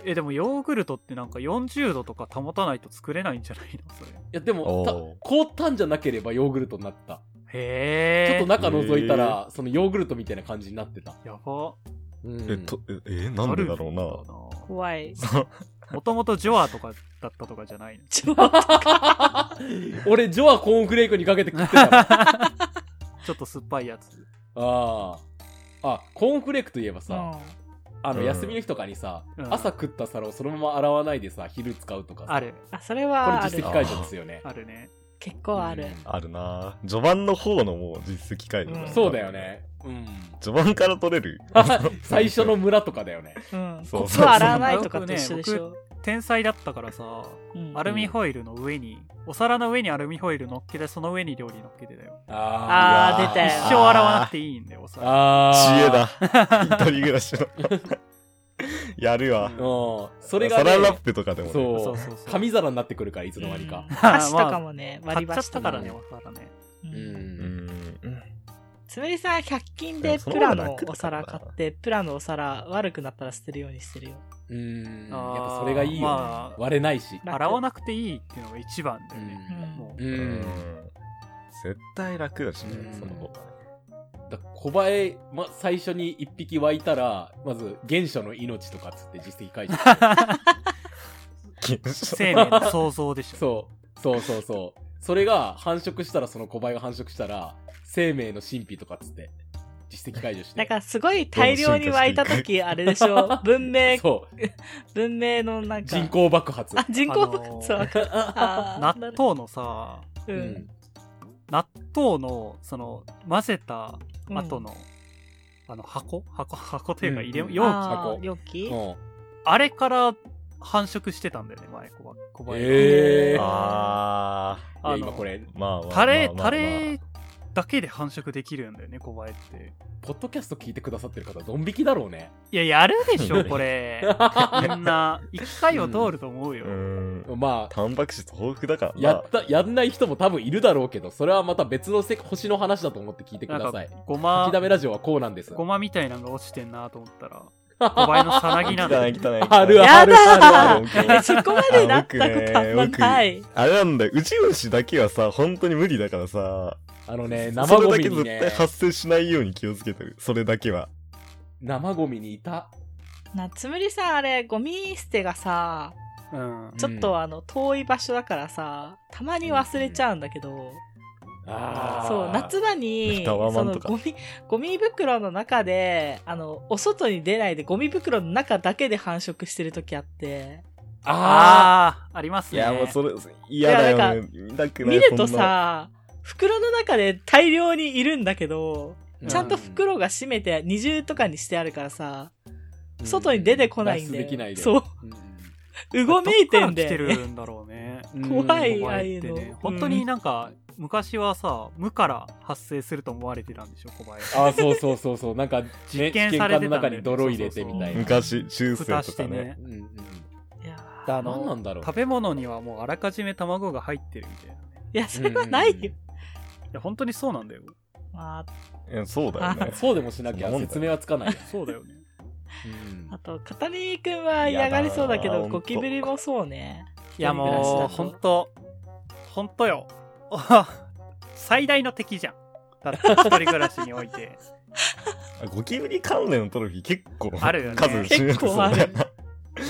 B: うん。い
A: えでもヨーグルトってなんか40度とか保たないと作れないんじゃないのそれ
B: や、でも、た
D: お
B: 凍ったんじゃなければヨーグルトになってた。
A: へ
B: ちょ
A: え
B: っと中覗いたら、そのヨーグルトみたいな感じになってた。
A: やば
B: うん
D: え、と、ええ、なんでだろうな。
C: 怖い。
A: もともとジョアとかだったとかじゃないの
C: ちょっと
B: 俺、ジョアコーンフレークにかけて食ってたの。あ
A: ちょっと酸っぱいやつ
B: あ。あ、コーンフレークといえば
C: う
B: さ、
C: ん
B: あの、
D: うん
B: 休みの日とかにさ、
A: うん
B: 朝食った皿をそのまま洗わないでさ、昼使うとかさ
A: ある
C: あ、それ
B: これ
C: はあ
B: 実
C: る
B: 績。解除ですよね。
A: あるね
C: 結構ある。
D: あるな序盤の方のもう実績解除、
C: うん
B: そうだよ。ね。 うん。
D: 序盤から取れる。
B: 最初の村とかだよね。
C: うん。
D: そう
C: コ
D: そ
C: ツ
D: う
C: を洗わないとかと一緒でしょ。
A: 天才だったからさ
C: うん
A: アルミホイルの上にお皿の上にアルミホイル乗っけてその上に料理乗っけてだよ
B: あ
C: あー、出
D: あー
C: た
A: 一
C: よ。
A: 生洗わなくていいんだよお
B: ー
A: 皿
B: あ
D: 知
B: ー
D: 恵だ。一人暮らしの。やるわ。
B: うんそれが、
D: サランラ
B: ね
D: ッ、プとかでも、ね、
B: そう
A: そうそうそう
B: 紙皿になってくるからいつの間に か
C: うん。箸とかもね、
A: 買
C: 割
A: っ
C: り
A: ちゃっ
C: 箸
A: た
C: と
A: か
C: からら
A: ね
C: ね。
A: お皿ね
C: う
B: うん
D: うん。
C: つむりさん、100均
D: で
C: で
D: もそ
C: プ
D: の方
C: ラ
D: が
C: の
D: 楽
C: お
D: だから
C: 皿買って、プラのお皿悪くなったら捨てるようにしてるよ。
B: うん。や
A: あー
B: っぱそれがいいよ、ね
A: まあ
B: 割れないし。
C: 楽
A: 洗わなくていいっていうのが一番だよね、 もう
B: うん。
D: 絶対楽だしね、
B: うん
D: その方がね。
B: だ小映え、ま、最初に一匹湧いたら、まず、原初の命とかっつって実績解除。
A: 生命の創造でしょ
B: そう。そうそうそう。それが繁殖したら、その小映えが繁殖したら、生命の神秘とかっつって、実績解除して。
C: だからすごい大量に湧いた時、あれでしょ。文明、
B: そう。
C: 文明のなんか。
B: 人口爆発。
C: あ、人工物はわかる。
A: 納
C: あーなる
A: 豆のさ
C: う。
B: うんん。
A: 納豆のその混ぜた
C: うん
A: 後の、あの箱箱箱というか入れ、
B: うん
A: 容器
C: あー容器
B: うん
A: あれから繁殖してたんだよね、前、小ば小林が。
B: ええー。いや
D: あ
A: あ
B: 今こ
A: れ。
B: れ、
D: まあまあ。
A: タレ、
D: まあまあまあ
A: タレだけで繁殖できるんだよね、小林って。
B: ポッドキャスト聞いてくださってる方、ドン引きだろうね。
A: いや、やるでしょ、これ。みんな、一回は通ると思うよ。
D: うーん。
B: まあ、
D: タンパク質豊富だから。
B: やった、やんない人も多分いるだろうけど、それはまた別のせ星の話だと思って聞いてく
A: な
B: だ
A: ん
B: さ
A: か
B: い。、
A: ご
B: 書
A: ま
B: き、だめラジオはこうなんです。
A: ごまみたいなのが落ちてんなと思ったら、小林のさなぎなんだ
D: 汚
A: よ
D: い 汚い。
B: ある
C: や
B: あるあ
C: だ
B: る
D: あるあ る
C: そこまでなったことあんまない。
D: あれなんだよ、宇宙牛だけはさ、本当に無理だからさ、
B: あのね、生ゴ
D: それだ
B: ミ
D: け
B: に
D: 絶
B: ね
D: 対、発生しないように気をつけてる、それだけは。
B: 生ゴミにいた。
C: 夏むりさん、あれ、ゴミ捨てがさ、
A: うん。
C: ちょっとあの、遠い場所だからさ、たまに忘れちゃうんだけど、
B: あー
C: そう、夏場に、
D: タワマ
C: そ
D: ン
C: の
D: とか
C: ゴミ、ゴミ袋の中で、あの、お外に出ないで、ゴミ袋の中だけで繁殖してる時あって、
B: あ
A: あー、あります
D: い
A: ね。
D: や、もうそれ、嫌だ
C: いやな
D: よね。見たくない
C: 見ると
D: そんな
C: さ、袋の中で大量にいるんだけど、
B: ー
C: ちゃんと袋が閉めて二重とかにしてあるからさ、外に出てこないん
B: 脱出
C: で。
B: できないで。
C: そう。
B: うんうん。
C: うごめいてん
A: どっから来て
C: で。
A: るんだろうね。
C: 怖い
A: 小
C: ああ
A: 林
C: い
A: っ
C: う
A: てね
C: の。
A: 本当になんか、昔はさ、無から発生すると思われてたんでしょ、小林。
B: あー、そうそうそうそう。なんか、ね
A: 実験
B: 試
A: さ
B: 管
A: れ
B: の
A: てたんだよね
B: 中に泥入れてみたいな。
D: 昔、中世
A: 蓋
D: と
A: し
D: か
A: て
D: ね。
A: ね。
B: うんうん。
C: いやー
B: 何なんだろう
A: 食。べ物にはもうあらかじめ卵が入ってるみたいなね。
C: いや、それはないよ。
A: いや、本当にそうなんだよ。
C: ま
D: うんそうだよね。
B: そうでもしなきゃ説明はつかない。
A: そうだよね。
B: うん
C: あ、あと、片桐くんは嫌がりそうだけ
D: いや
C: ど、
D: だー
C: ゴキブリもそうね。
A: いや、もう、
C: 一人暮らし
A: 本当本当よ。最大の敵じゃん。だって一人暮らしにおいて。
D: あゴキブリ関連のトロフィー結構
A: あるよね
D: 数集約
C: 結
D: す
C: 構あ
D: るね
C: る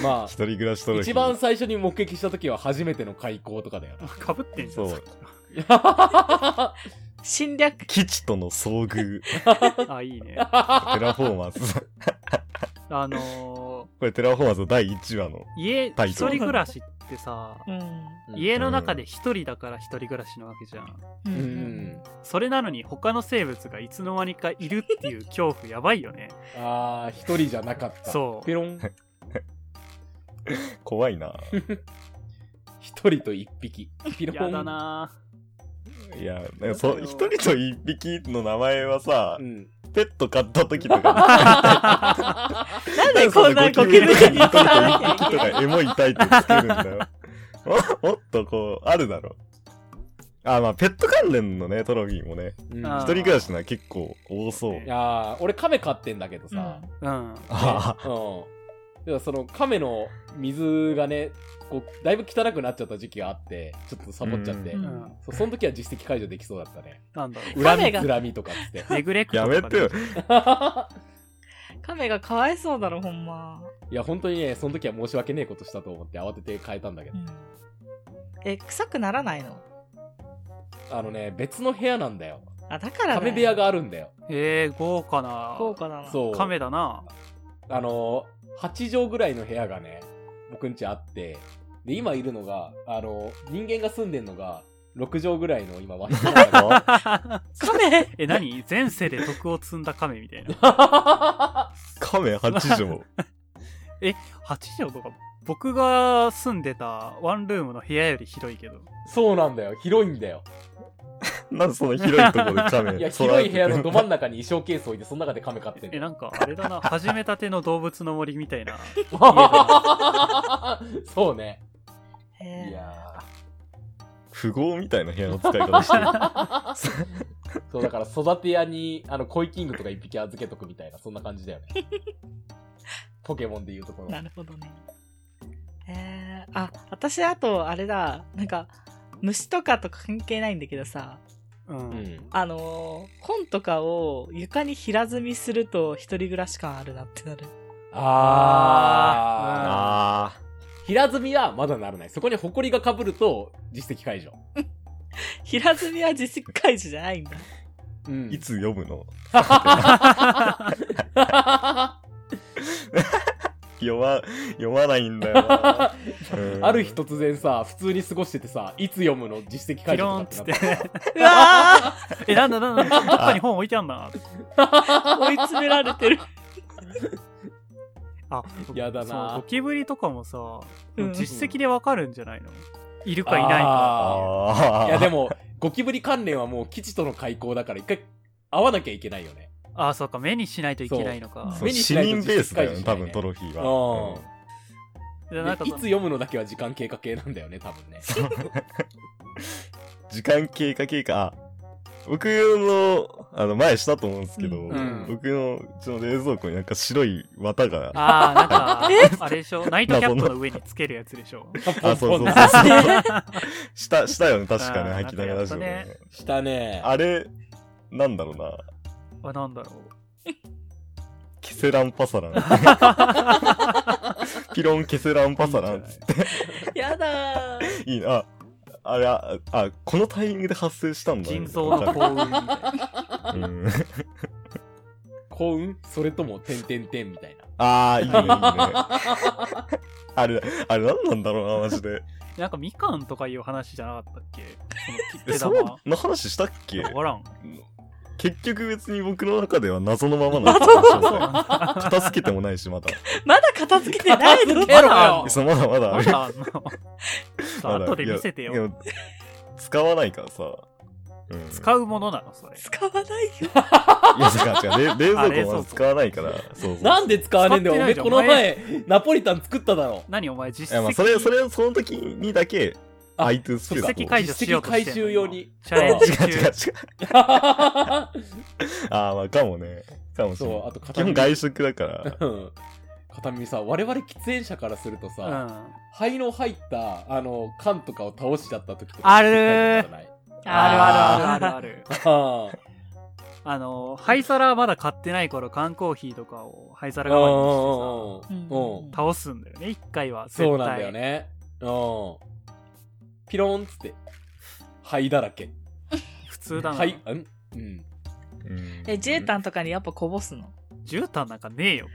B: まあ
D: 一、人暮らしトロフィー。
B: 一番最初に目撃した時は初めての開口とかだよな。
A: かぶってんじゃん。
D: そう
A: さっ
C: 侵略。
D: 基地との遭 遇。
A: きのあ、いいね。
D: テラフォーマーズ。
A: あの
D: これテラフォーマーズの第1話の。
A: ー家、
D: タ
A: 一
D: イト
A: 人
D: ル
A: 暮らしってさ、
C: うん。
A: 家の中で一人だから一人暮らしなわけじゃん。
B: う
C: う
B: んん。
A: それなのに他の生物がいつの間にかいるっていう恐怖やばいよね。
B: ああ、一人じゃなかった。
A: そう
B: ペロン。
D: 怖いな。
B: 一人と一匹。ピロン。
A: やだなぁ
D: いや、なんかそう、一人と一匹の名前はさ
B: う、ん。
D: ペット飼った時と か、
C: なんでこんなゴキブリに
D: 一人
C: 行
D: と
C: かなきゃい
D: 一匹
C: け
D: と
C: ない
D: かエモいタイトルつけるんだよ。 ももっとこう、あるだろ。あ、まあ、ペット関連のね、トロフィーもね、
B: うん
A: あ
D: 一
A: ー
D: 人暮らしのは結構多そう。
B: ああ、俺亀飼ってんだけどさ。ね
A: うん。
D: あ
B: うん。でもその亀の水がね、こう、だいぶ汚くなっちゃった時期があって、ちょっとサボっちゃって。
C: う
A: うんん。
B: そうその時は実績解除できそうだったね。
A: なんだろう。
B: 恨み、
C: 亀が
B: 恨みとかっつって。
A: ネ グレクト
D: や
A: とか
D: めてよ。
C: 亀がかわいそうだろ、ほんま。
B: いや、本当にね、その時は申し訳ねえことしたと思って慌てて変えたんだけど
C: う。んえ、臭くならないの
B: あのね、別の部屋なんだよ。
C: あ、だから
B: 亀部屋
C: が
B: があるんだよ。
A: えー、豪華な。
C: 豪華だな。
B: そう。
A: カメだな。
B: あのー、8畳ぐらいの部屋がね、僕んちあって、で、今いるのが、あのー、人間が住んでんのが、6畳ぐらいの今、和室なんだけ ど
C: 亀
A: え、何前世で徳を積んだ亀みたいな。
D: カメ8畳。
A: 8畳とか、僕が住んでたワンルームの部屋より広いけど。
B: そうなんだよ。広いんだよ。
D: なんでその広いところでカメ。
B: いや、
D: そら
B: 広い部屋のど真ん中に衣装ケース置いて、その中で亀飼ってん
A: え、
B: の。
A: なんか、あれだな。始めたての動物の森みたいな。
B: そうね。
C: へ
B: い
C: え
B: や
D: 富豪みたいな部屋の使い方して る。
B: ーそう、だから育て屋に、あの、コイキングとか一匹預けとくみたいな、そんな感じだよ ね。ポケモンでいうところ。
C: なるほどね。えー、あ、私あと、あれだ、なんか、虫とかと関係ないんだけどさ、
A: う。
B: うんん。
C: あのー本とかを床に平積みすると一人暮らし感あるなってなる。
B: あー。
D: あ
B: 平積みはまだならない。そこに埃が被ると実績解除。
C: 平積みは実績解除じゃない んだ。
B: うん
D: ー。いつ読むの
B: あ
D: 読ま、読まないんだよな。 うん
B: る日突然さ、普通に過ごしててさ、いつ読むの実績
A: ピ
B: 解
A: ロ
B: 除
A: ーン
B: と
A: っつっ
B: かってなった
A: て。
C: うわ
A: え、なんだなんだ、どっかに本置いてあんな。
C: ー追い詰められてる。
A: あ
B: やだな
A: そうゴキブリとかもさ
C: うん
A: 実績でわかるんじゃないのいるかいないか
D: あ
B: い
D: あ。
B: やでも、ゴキブリ関連はもう基地との開口だから一回会わなきゃいけないよね。
A: ああそうか目にしないといけないのか
D: そう、
B: 目にし
D: 死
B: ないと
D: 人ベースだよね、
B: 実
D: 多
B: 際に
D: 分
B: ね
D: トロフィー
B: うん
D: は。
A: で
B: で
A: なんか
B: いつ読むのだけは時間経過系なんだよね、多分ね。
D: うん時間経過経過、あ僕の、あの、前したと思うんですけど、
B: うん
D: 僕のうちの冷蔵庫になんか白い綿が、
A: ああなんかあれでしょナイトキャップの上につけるやつでしょ
D: あ、そうそうそう
B: ポンポン
D: そう。 した、したよね、確かね、
A: あー
D: 吐きながらし
A: なんかやった
D: ね。
B: したね。
D: あれ、なんだろうな、
A: あなんだろう
D: ケセランパ サラン。ピロンケセランパサランつって。
C: やだー。
D: いいな。ああれあ、あ、このタイミングで発生したんだ。
A: 腎臓の幸運みたいな
D: うん
B: 幸運それとも、てんてんてんみたいな。
D: ああ、いいね、いいね。あれ、あれ何なんだろうな、マジで。
A: なんかみかんとかいう話じゃなかったっけその
D: え、
A: 切手
D: そ
A: 玉
D: うの話したっけ
A: わからん
D: 結局別に僕の中では謎のままなんですよ。片付けてもないし、まだ。
C: まだ片付けてないの
B: 片付けろよ
D: そうまだまだあ
A: ま
D: る。
A: だあんの
D: まだ
A: 後で見せて
D: いや
A: よ
D: いや使わないからさ。うん
A: 使うものなのそれ
C: 使わないよ。
D: いや、違う違う。冷
A: あ
D: 冷
A: 冷
D: 蔵
A: 蔵庫
D: 庫はまず使わないから。そうそう。
B: なんで使わねえんだよ。
A: 使
B: お
A: ってない
B: めえ
A: じゃん
B: この前、ナポリタン作っただろ。
A: 何お前実
D: いやまあ
A: 績
D: それ、それ、その時にだけ、
B: あ
D: i2 スピード
A: 実績解除しようとしてんの
B: 実績回収用に
A: チャレン
B: 解
A: ジ
D: 違 う違う違
A: 中
D: う。ああ、まあ、かもね。かもし
B: そ
D: れ
B: う、
D: な
B: あ
D: い。
B: と片
D: 基本
B: 耳。
D: 外食だから。
B: うん片耳さ、我々喫煙者からすると
A: う
B: さ、
A: ん
B: 肺の入った、あの、缶とかを倒しちゃった時とか。
A: あるー
B: 聞きたいことじゃない
A: ある
B: ー
A: あるあるある。
B: あー
A: あの、灰皿まだ買ってない頃、缶コーヒーとかを灰
B: う
A: 皿
B: んう
A: 代わ
B: んうん
C: う
B: うん
A: りにして
C: ん。
A: さ、倒すんだよね、一回は。絶対
B: そうなんだよ。ね。うん。ピローンっつって、灰だらけ。
A: 普通だな。
B: 灰、うんうん。
D: うん
C: え、ジェータンとか にやっぱこぼすの
A: 絨毯なんかねえよ。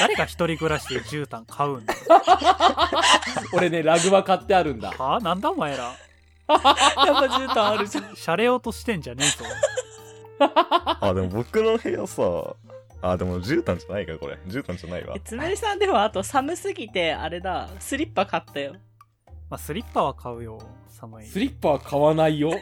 A: 誰が一人暮らしで絨毯買うんだよ
B: 俺ね、ラグマ買ってある んだ。
A: はあなんだお前ら。
C: やっぱ絨毯あるじゃん。
A: シャレオとしてんじゃねえぞ。
D: あ、でも僕の部屋さ、あ、でも絨毯じゃないか、これ。絨毯じゃないわ
C: え、。つむりさんでもあと寒すぎて、あれだ、スリッパ買ったよ。
A: まあ、スリッパは買うよ、寒い。
B: スリッパは買わないよ。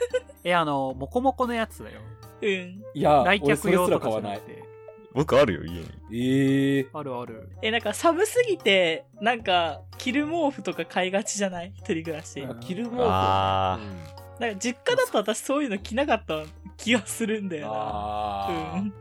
A: え、あの、モコモコのやつだよ。
C: うん。
B: いや、
A: 来
B: 俺そ
A: 客
B: れ
A: 用
B: す
A: と
B: ら
A: か
B: 買
A: じゃ
B: わ
A: な
B: な
A: く
B: い。
A: て。
D: 僕あるよ、家に。
B: ええー。
A: あるある。
C: え、なんか寒すぎて、なんか、着る毛布とか買いがちじゃない一人暮らし。
A: う
C: なんん
B: あ
C: か
B: 着るもん
D: あ
C: 実家だと私そういうの着なかった気がするんだよな。
B: あ
C: う
B: ー
C: ん。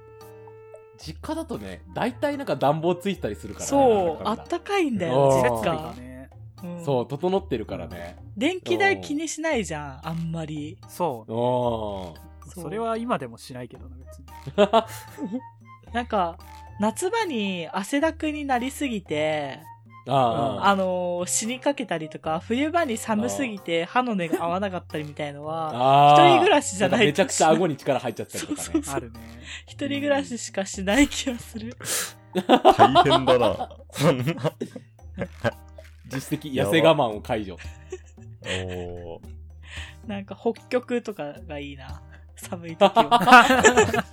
B: 実家だとね、大体なんか暖房ついてたりするからね。
C: そう、あ
B: なんだか
C: っ
B: んだ
C: たかいんだ
B: あ
C: よ、
B: ー
A: 設
C: 実
A: 備が
C: 家。
A: ね。
C: うん
B: そう、整ってるからね。
C: 電気代気にしないじゃん、あんまり。
A: そう。
B: うん。
C: そう
A: それは今でもしないけどな、別に。
C: なんか、夏場に汗だくになりすぎて、
B: あーあ
C: あのー死にかけたりとか、冬場に寒すぎて歯の根が合わなかったりみたいの は、一
B: ー。
C: 人暮らしじゃな
B: ん
C: い
B: かめちゃくちゃ顎に力入っちゃったりとか
C: そう
B: ね
C: そ。
A: あるね。
C: 一人暮らししかしない気がする。
D: あ、大変だな。そんな。
B: 実績、痩せ我慢を解除。
D: おー
C: なんか北極とかがいいな。寒い 時は。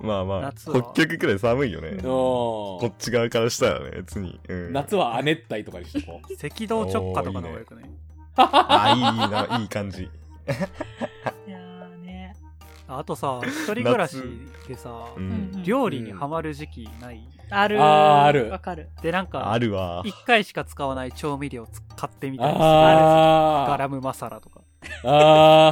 D: まあまあ、
A: 夏は
D: 北極くらい寒いよね。
C: うん
D: こ
B: う
D: っち側からしたらね、別に。うん
B: ん。夏は亜熱帯とかにしと こう。
A: 赤道直下とかの方がよくない
D: あ、いいな、いい感じ。
C: いやーね。
A: ああとさ、一人暮らしでさ、
D: う
C: うん
D: ん。
A: 料理にハマる時期ない、
C: ある
B: あーある
C: わかる。
A: で、なん
D: あ
A: か、
D: るわ。
A: 一回しか使わない調味料つ買ってみたりするガ
B: あ
A: ラムマサラとか。
B: あ。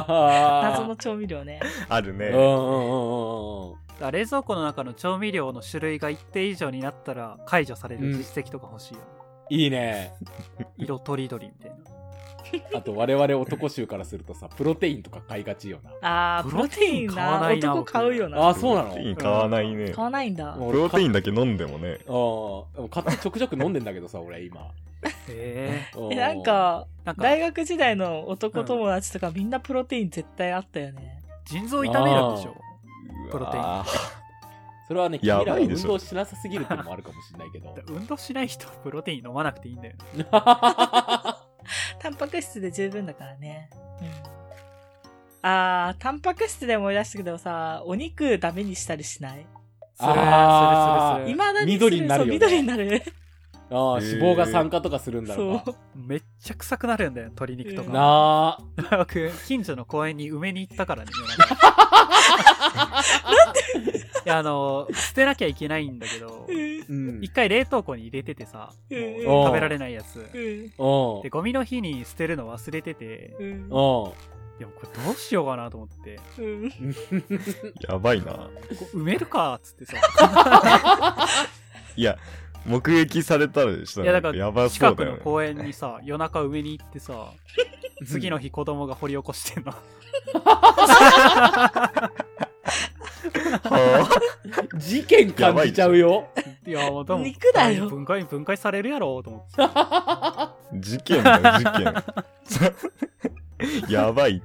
B: ああ。
C: 謎 の調味料ね。
D: ある
B: う
D: ね
B: ん。うんうんうんうん。
A: だから冷蔵庫の中の調味料の種類が一定以上になったら解除される実績とか欲しいよね、
B: いいね。
A: 色とりどりみたい
B: あと我々男衆からするとさ、プロテインとか買いがちよな。
C: あー、プロテイン
A: プロテイン買わ
C: な。
A: ないな
C: 男買うよ
B: あ
C: な。
B: あ、そうなの
D: プロテイン買わないね。
C: 買わないんだ。
D: プロテイ
B: ン
D: ンだけ飲んでもね。
B: うん。買ってちょくちょく飲んでんだけどさ、俺今。
A: な。へえ
B: う
C: え、なん、か、
A: なんか
C: 大学時代の男友達とかみんなプロテイン絶対あったよね。
A: 腎臓痛めるんでしょプロテイン
D: うわー
B: それはね、君ら
D: や
B: は
D: ばいで
B: 運
D: しょ
B: 動しなさすぎるってのもあるかもしれな いけど。
A: 運動しない人はプロテイン飲まなくていいんだよね、
C: タンパク質で十分だからね。うん。あー、タンパク質で思い出したけどさ、お肉ダメにしたりしな
A: す
C: い
A: る
B: あー
A: するするす
C: 未
A: る
C: だにする
B: 緑になるよね
C: そう緑になる。
B: ああ、
D: へー
B: 脂肪が酸化とかするんだろうな。
C: そう。
A: めっちゃ臭くなるんだよ鶏肉と
C: う
A: か、
C: ん
B: なあ。
A: 僕近所の公園に埋めに行ったからね いやあの捨てなきゃいけないんだけど
C: うん
B: うん。
A: 一回冷凍庫に入れててさ
C: うんうん
A: もう食べられないやつ
C: うん
B: うん。
A: でゴミの日に捨てるの忘れてて
C: うん
A: い
B: うん。
A: やこれどうしようかなと思って
C: うん
D: やばいな。
A: こう埋めるかっつ ってさ
D: いや、目撃されたらした
A: い
D: ら
A: や
D: な
A: だ
D: ん
A: か
D: かや
A: ら
D: ばそ
A: 近
D: うだ
A: く
D: よ
A: の
D: ね。
A: 公園にさ夜中埋めに行ってさ 次の日子供が掘り起こしてんの
D: は
B: 事件感じちゃうよ。
A: いやもう多分
C: 肉だよ
A: 分解分解されるやろうと思って
D: あ事件だよ、事 件。やばい。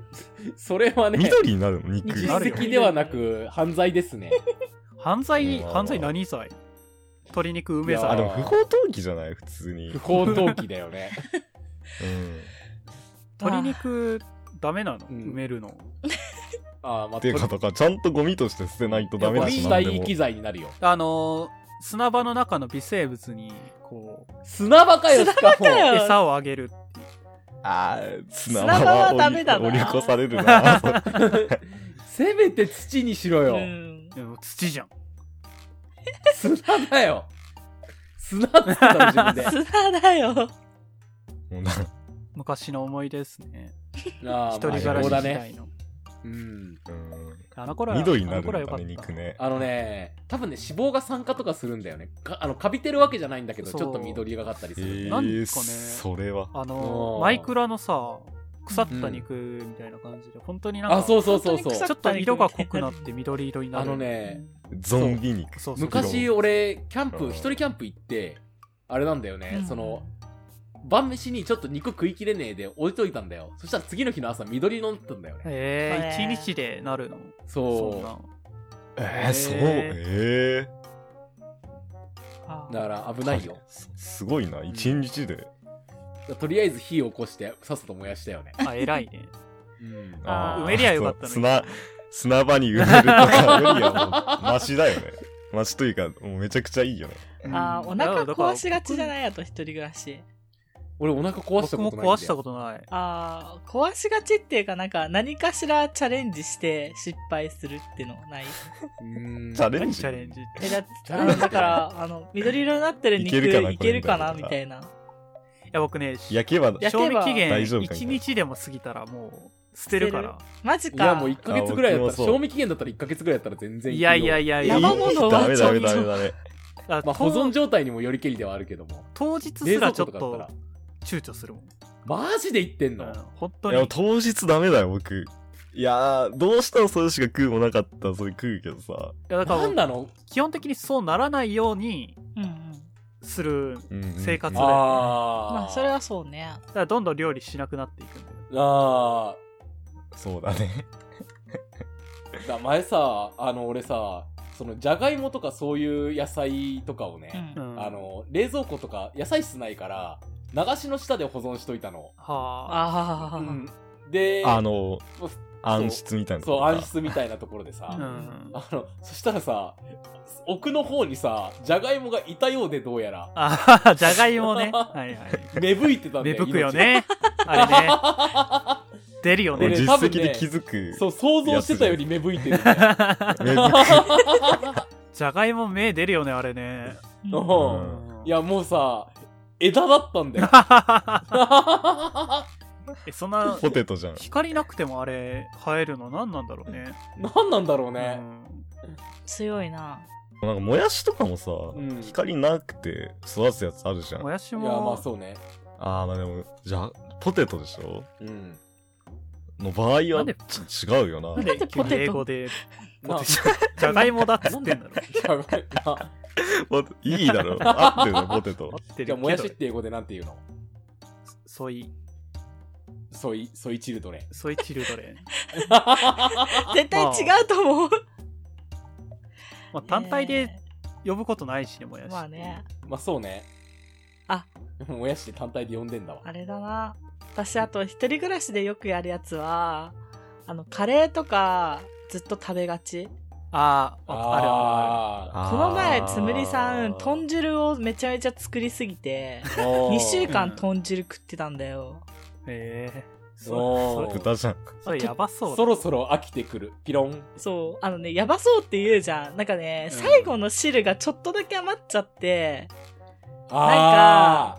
B: それはね、
D: 緑になるの、肉。
B: 実
A: なるよ
B: 績ではなく犯罪です ね。
A: 犯罪
D: うわ
A: 犯罪何罪鶏肉梅
B: いや
A: 罪
D: あ、でも不法投棄じゃない普通に。う
B: 不法投棄だよね。
D: ん。
A: 鶏肉ダメなの、
B: うん
A: 埋めるの
B: ああ、まあ、
D: っていうか、だからちゃんとゴミとして捨てないとダメだし
B: 死
D: なんで
B: 体
D: も。
B: 遺棄罪になるよ。
A: あのー砂場の中の微生物にこう
B: 砂場かよ、しかも。
C: ようん
A: 餌をあげる
D: あー砂
C: 砂場はダメだな
D: 折り越されるな。
B: せめて土にしろよ。
C: うん
A: でも土じゃん
B: 砂だよ。砂って言ったの自分 で。
C: 砂だよ。
D: もうな
A: 昔の思い出ですね
B: ああ
A: 一人暮
D: まあ
A: らし
B: そ
A: 時
B: う
A: 代
B: だね。
A: の
B: うん。
D: う
A: あの頃
D: ん
A: は
D: 緑にな
A: あ
D: る
A: の頃はよ
D: の
A: か
D: か
A: った
D: ね、肉ね。
B: あのね、多分ね、脂肪が酸化とかするんだよね。かあの、カビてるわけじゃないんだけど、
A: そう
B: ちょっと緑がかったりす
D: え
B: る。
A: なんかね
D: ー、それは。
A: あの
B: う
A: ー
B: ん
A: マイクラのさ腐った肉みたいな感じで、本当になんか
B: あ、そうそうそう
C: 本当に
B: そ
C: 臭
B: う
A: ち。ょっと色が濃くなって緑色になる
B: あのね、
D: ゾンビ肉。
A: そうそう
B: 昔俺、キャン
D: う
B: プ、
D: ん
B: 一人キャンプ行って、あれなんだよね、
C: うん
B: その、晩飯にちょっと肉食いきれねえで置いといたんだよ。そしたら次の日の朝、緑になったんだよね。
A: え
C: へ
A: ー、
C: ー
A: 一日でなるのそん
B: そ
A: なん
D: えー、そう。え
A: え
C: あ
B: う。だから危ないよ。
D: ー、すごいな。一日で。
B: とりあえず火を起こして、さっさと燃やしたよね。
A: あ偉いね
B: うん
C: あー
D: ー
A: 埋めりゃよかったのに
D: そう砂、 砂場に埋めるとかよりはもう、マシだ よね。マシというか、もうめちゃくちゃいいよね。
C: あー、お
A: うんだから
C: 腹
A: だから
C: 壊しがちじゃないやと、一人暮らし。
B: 俺お腹壊した
A: 僕も
B: ことないんだよ。
A: 壊したことない
C: あー、壊しがちっていうか、なんか、何かしらチャレンジして失敗するっていうの ない。
B: うん
D: チャレン
A: 何
D: ジ。
A: チャレンジっ
C: え、
A: て
C: だって、あの、だ から、あの、緑色になってる肉、
D: いけるかない
C: けるかな
D: これ
C: みたいな。
A: いや僕ね
D: 焼けば、
C: 焼
A: 賞
C: け
A: 味
C: ば
A: 期限
D: 大丈夫か
A: 1日でも過ぎたらもう捨てるから
C: マジ
B: い
C: か。
B: や、もう1ヶ月ぐらいだっ
D: あ僕も
B: た
D: そ
B: ら、
D: う
B: 賞味期限だったら1ヶ月ぐらいだったら全然
A: いやいや
B: い
A: いやい
D: え
A: や
D: ー
C: 山本は
D: ダメ
C: ちょ
D: ダ
C: っ
D: メ
C: と
D: ダメダメ。
A: あ
B: まあ保存状態にもよりけりではあるけども。
A: 当日すら
B: 冷蔵
A: ちょ
B: 庫
A: っ
B: とかだったら
A: と。躊躇するもん、
B: マジで言ってん
A: う
B: の
A: ん、本当
D: いや
A: に
D: 当日ダメだよ僕いやーどうしたらそれしか食うもなかったらそれ食うけどさ、
A: いやだ
B: なん
A: から
B: なの
A: 基本的にそうならないように
C: うんうん。
A: する
D: うんうん
A: 生活
D: あ
B: あー
C: まあ、それはそうね。
A: だからどんどん料理しなくなっていくんだよ
B: あ
D: そうだね
B: ーだ前さあの俺さそのじゃがいもとかそういう野菜とかを
C: う
B: ね、
C: ん。
A: うん
B: あの冷蔵庫とか野菜室ないから流しの下で保存しといたの、
A: はあ
C: あ
B: う
C: ー
B: んで
D: あの
B: そう
D: 暗室みたいなと
B: そう
D: こか
B: 暗室みたいなところでさ、
A: う
C: うん
A: ん
B: あのそしたらさ奥の方にさじゃがいもがいたようでどうやら
A: あじゃがいも ねはいはい
B: 芽吹いてたんだ
A: 芽
B: よ
A: 吹くよねあれね 出るよ
D: これ
A: ね
B: で
D: 実
B: 多分
D: 績
B: ね
D: で気づく
B: 命そう想像してたより芽吹いてるんだよ
D: ね
A: じゃがいも芽出るよねあれね
C: う ん
B: うん
A: うん
B: いやもうさ枝だったんだよ
A: えそんな
D: ポテトじゃん
A: 光なくてもあれ生えるの何なんだろうね
B: 何なんだろうね、
C: 強いな。
D: なんかもやしとかもさ、
B: ん
D: 光なくて育つやつあるじ
A: う
D: ゃ
A: んも
D: ん
A: やし
B: いやまあ
A: も
B: そうね
D: あーまあでもじゃあポテトでしょ
B: うん
D: の場合は
A: なんで
D: ち違うよな
A: なんで急に英語でポテ トじゃがいもだっつってんだろ
B: なじゃがい
D: ポテいいだろ合ってるのポテト
A: 合ってるけど
B: じゃあもやしって英語でなんて言うの
A: ソイ
B: ソイソイチ ルドレン
A: ソイチルドレン、
C: 絶対違うと思う。
A: まあ、単体で呼ぶことないしねも
C: え
A: や
C: ー。
A: し、
C: まあね、
B: まあそうね
C: あ
B: もやしって単体で呼んでんだわ
C: あれだな。私、あと、一人暮らしでよくやるやつは、あの、カレーとか、ずっと食べがち。
A: あーあ、あるあ
B: あ
C: この前、つむりさ
B: あ
C: ん、
B: ー
C: 豚汁をめちゃめちゃ作りす ぎて、
B: るある。
C: 2週間
A: うん
C: 豚汁食ってたんだよ。
A: る。へえ。
B: お
A: そ
B: ー
A: れ、
D: 豚じゃん。
A: それやばそう
B: そろそろ飽きてくる。ピロン。
C: そう、あのね、やばそうって言うじゃん。なんかね、
A: うん
C: 最後の汁がちょっとだけ余っちゃって、
A: だ。
B: あ
A: あ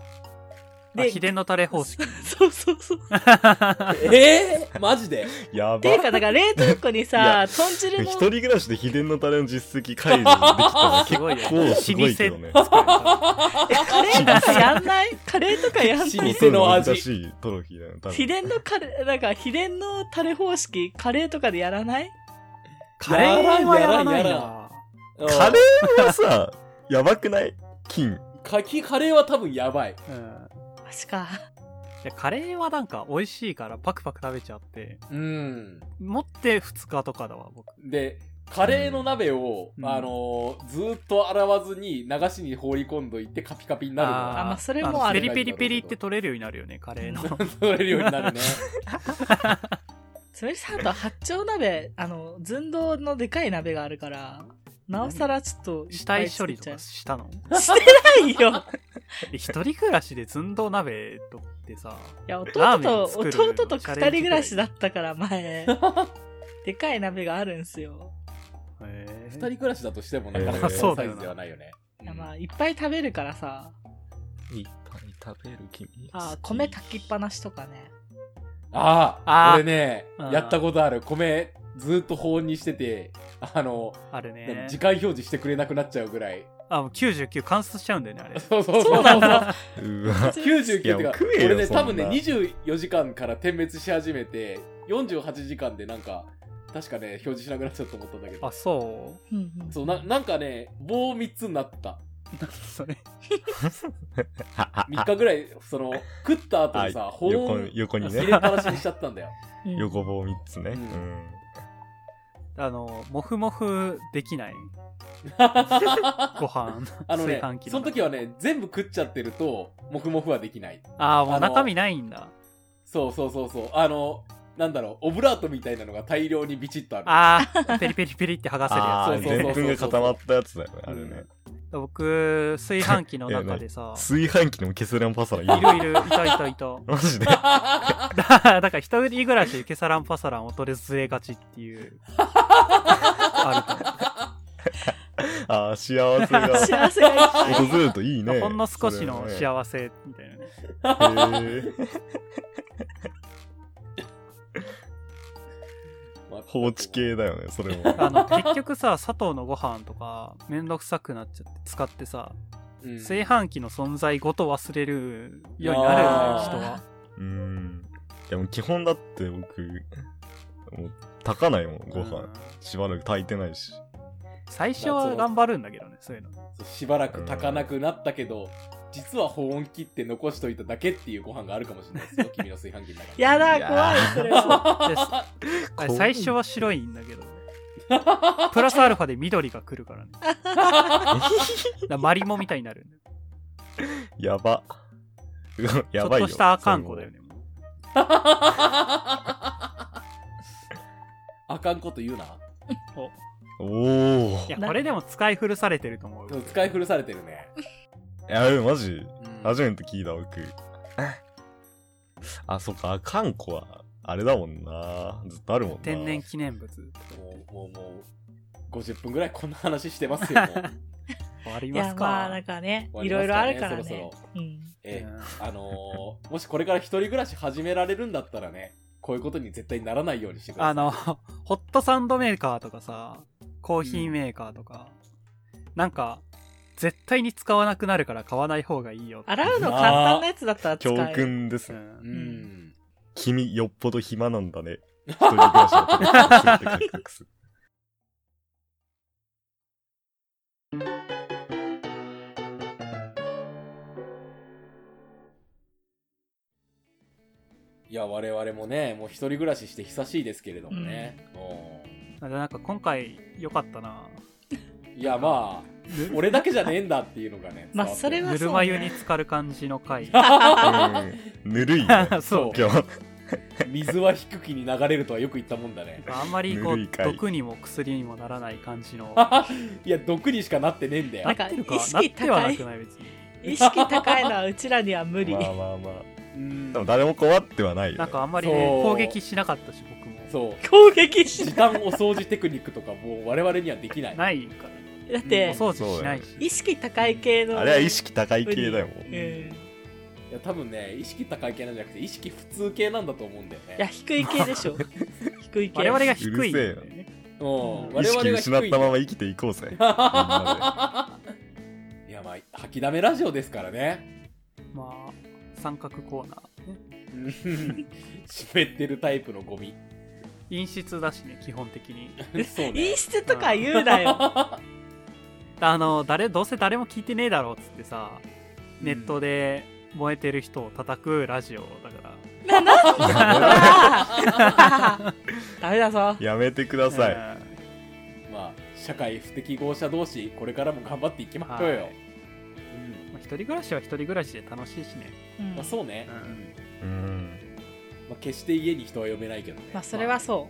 C: で
A: 秘伝のタレ方式。
C: そうそうそう。
B: ーえー、マジで
D: や
C: っていう
D: ば。
C: か、だから冷凍庫に
D: い
C: さ、豚汁も、
D: 一人暮らしで秘伝のタレの実績解除できたら
A: すごいよ。
D: 結構すごいけどね。
A: 老舗作
C: えカレーとかやんないカレーとかや んない
B: 老舗の味
D: 難しいトロフィーだよ、多
C: 秘
D: 分。
C: 伝のカレー、なんか秘伝のタレ方式、カレーとかでやらない
A: カレーはやらない
B: やらんや
A: な。
B: ら
D: カレーはさ、やばくない金。
B: ーかきカレーは多分やばい。
A: うん。
C: マジか。
A: いやカレーはなんか美味しいからパクパク食べちゃって、
B: うん。
A: 持って2日とかだわ、僕。
B: で、カレーの鍋を、
A: うん
B: あのーずーっと洗わずに流しに放り込んどいてカピカピになるの
A: ー
B: が
C: あまあそれもある
A: のペリペリペリって取れるようになるよね、カレー の。
B: 取れるようになるね。
C: つむりさんと八丁鍋、あの、寸胴のでかい鍋があるから、なおさらちょっとい
A: 死
C: っぱい
A: 体処
C: 作っ
A: 理
C: ち
A: と
C: ゃ
A: か
C: う、
A: したの
C: してないよ。
A: 一人暮らしで寸胴鍋とってさ、
C: いや、
A: ラ
C: 弟
A: ーメン
C: と、
A: 作る
C: 弟と二人暮らしだったから、前。でかい鍋があるんすよ。
A: へ
B: 二
A: ー
B: 人暮らしだとしてもなかな
D: えー
B: かこ
A: そう
B: のサ
A: だ
B: イ
A: よ
B: ズ
A: な
B: ではないよね。
C: いやまあ、いっぱい食べるからさ。
D: いっぱい食べる金。
C: あー、米炊きっぱなしとかね。
B: あ
A: あ
B: あ
A: ー
B: 俺ね
A: うん、
B: やったことある。米、ずーっと保温にしてて、あの、
A: あるね。
B: 時間表示してくれなくなっちゃうぐらい。
A: あ、もう99貫通しちゃうんだよね、あれ。
B: そうそうそう。
C: そうなんだ
D: うわ。
B: 99って
D: いや
B: か、
D: 食えよ
B: 俺ね、
D: そんな
B: 多分ね、24時間から点滅し始めて、48時間でなんか、確かね、表示しなくなっちゃったと思ったんだけど
A: あ、。そ
C: うんうん
B: そうな、なんかね、棒3つになった。
A: うそれ。
B: 3日ぐらい、その、食った後にさ、保
D: 横
B: 温
D: に、横に
B: 入
D: ね
B: れ。っぱなしにしちゃったんだよ。
C: うん
D: 横棒3つね。う
B: うん
D: ん。
A: あの、もふもふできないご飯。
B: あのね
A: 炊飯器、
B: その時はね、全部食っちゃってると、もふもふはできない。
A: ああ、もう
B: あの
A: 中身ないんだ。
B: そうそうそうそう。あの、なんだろう、オブラートみたいなのが大量にビチッとある。
A: ああ、ペリペリペリって剥がせる
D: ああ、
A: や
B: そうそうそう
D: でんぷんが固まったやつだよね、あれ
B: う
D: ね
B: ん。
A: つ。僕、炊飯器の中で さ、
D: 炊飯器でもケスランパサラい
A: い
D: る。
A: るいる、いたいたいた。
D: マジで。
A: だだから一人暮らしでケサランパサランを取れずれがちって いう。あ
D: ああ、幸せ が
C: 幸せがいっぱい。
D: 訪れるといい
A: るか
D: ね。
A: ほんの少しの
D: せ。
A: 幸せみたいなね。
D: へー放置系だよね、それも。
A: あの、結局さ、砂糖のご飯とか、めんどくさくなっちゃって使ってさ、
B: うん
A: 炊飯器の存在ごと忘れるようになるよね、
B: あー
A: 人は。
D: うん。でも基本だって僕、もう炊かないもん、ご
A: う
D: 飯
A: ん。
D: しばらく炊いてないし。
A: 最初は頑張るんだけどね、そういう の。
B: そうしばらく炊かなくなったけど、実は保温切って残しといただけっていうご飯があるかもしれない ですよ、君の炊飯器の中に。
C: やだ、
D: いや
C: 怖い、それは。
A: であれ
D: 怖い
A: 最初は白いんだけど。プラスアルファで緑が来る からね。だからマリモみたいになるんだよ。
D: やば。 うわ
A: ちょ
D: や
A: っ
D: ばいよ。
A: とした阿寒湖だよね。
B: あかんこと言うな。
D: それも。おー
A: いや、これでも使い古されてると思う。
B: でも使い古されてるね。
D: やべえ、マジ
B: うん
D: 初めて聞いた、僕。 あ、そっか、あかんこは、あれだもんな。ずっとあるもんな。
A: 天然記念物。
B: もう、もう、もう、50分ぐらいこんな話してま すよ。もう
A: 終わり
C: い
A: ま
C: や、
A: す
C: まあ、
A: か
C: なん。かね、い
B: 終わ
C: ろい
B: り
C: ろ
B: ま
C: あ
B: す
C: るから
B: そろ
C: ね
B: そろ。
C: うん。
B: えあのーもしこれから一人暮らし始められるんだったらね、こういうことに絶対ならないようにしてください。
A: あの、 ホットサンドメーカーとかさ、コーヒーメーカーとか、なんか、絶対に使わなくなるから買わない方がいいよ。
C: 洗うの簡単なやつだったら使
D: 教
C: える。
D: 訓です
A: う。
D: ね。
B: うんん。
D: 君、よっぽど暇なんだね。一人暮らしの時に全て解決す る
B: いや、我々もね、もう一人暮らしして久しいですけれどもね。う
A: あでなんか今回良かったな。
B: んいや、まあ、俺だけじゃねえんだっていうのがね。
C: まあ、それ
B: は。
C: は
A: ぬ
C: そ
A: る
C: う
A: ま
C: ね
A: 湯に浸かる感じの回。
D: うんぬるいね。
A: そう。
D: 今日。
B: 水は低きに流れるとはよく言ったもん だね。
A: まああんまりこ
D: ぬる
A: う
D: いかい
A: 毒にも薬にもならない感じの
B: いや、毒にしかなってねえんだよ。
C: なんか
A: てる
C: 意
A: かなっ
C: 識
A: ては
C: 高
A: ないくない別に
C: 意識高いのはうちらには無理、
D: まあまあまあ。
B: うん
D: でも誰も困ってはないよ、ね。
A: なんかあんまり
B: そ
A: ね
B: う
A: 攻撃しなかったし僕も
B: そう。
C: 攻撃しな
B: 時短
C: い
B: お掃除テクニックとかもう我々にはできない。
A: ないから
C: だっ
A: お
C: て
A: 掃除しないし
C: 意識高い系の
D: あれは意識高い系だよ。
C: う
D: もうん
C: い
B: いや多分ね、意識高い系なんじゃなくて、意識普通系なんだと思うんだよ
C: や
B: ね。
C: 低い系でしょ低い系
A: 我々が低いんだよ
D: うる
A: ね
B: うん。我
D: 意
B: 々
D: 識
B: が
D: 失
B: 低
D: っ
B: い
D: たまま生きていこうぜ。
B: いや、まあ、吐きだめラジオですからね。
A: まあ三角コーナーね
B: うん湿ってるタイプのゴミ。
A: 陰湿だしね基本的に
B: そうね
C: 陰。湿 とか言うな よ
A: あの誰どうせ誰も聞いてねえだろうっつってさネットで燃えてる人を叩くラジオだか
C: あーダメだぞ
D: やめてく
A: ら
D: ださい。
A: うん
B: まあ、社会不適合者同士、これからも頑張っていきましょう
A: は
B: よ。
A: い
B: うん。
A: まあ一人暮らしは一人暮らしで楽しいしね
C: うん
B: まあ、そうね。
A: う
B: うんん。
D: うん。
B: まあ、決して家に人は呼べないけどね。
C: まあそれはそ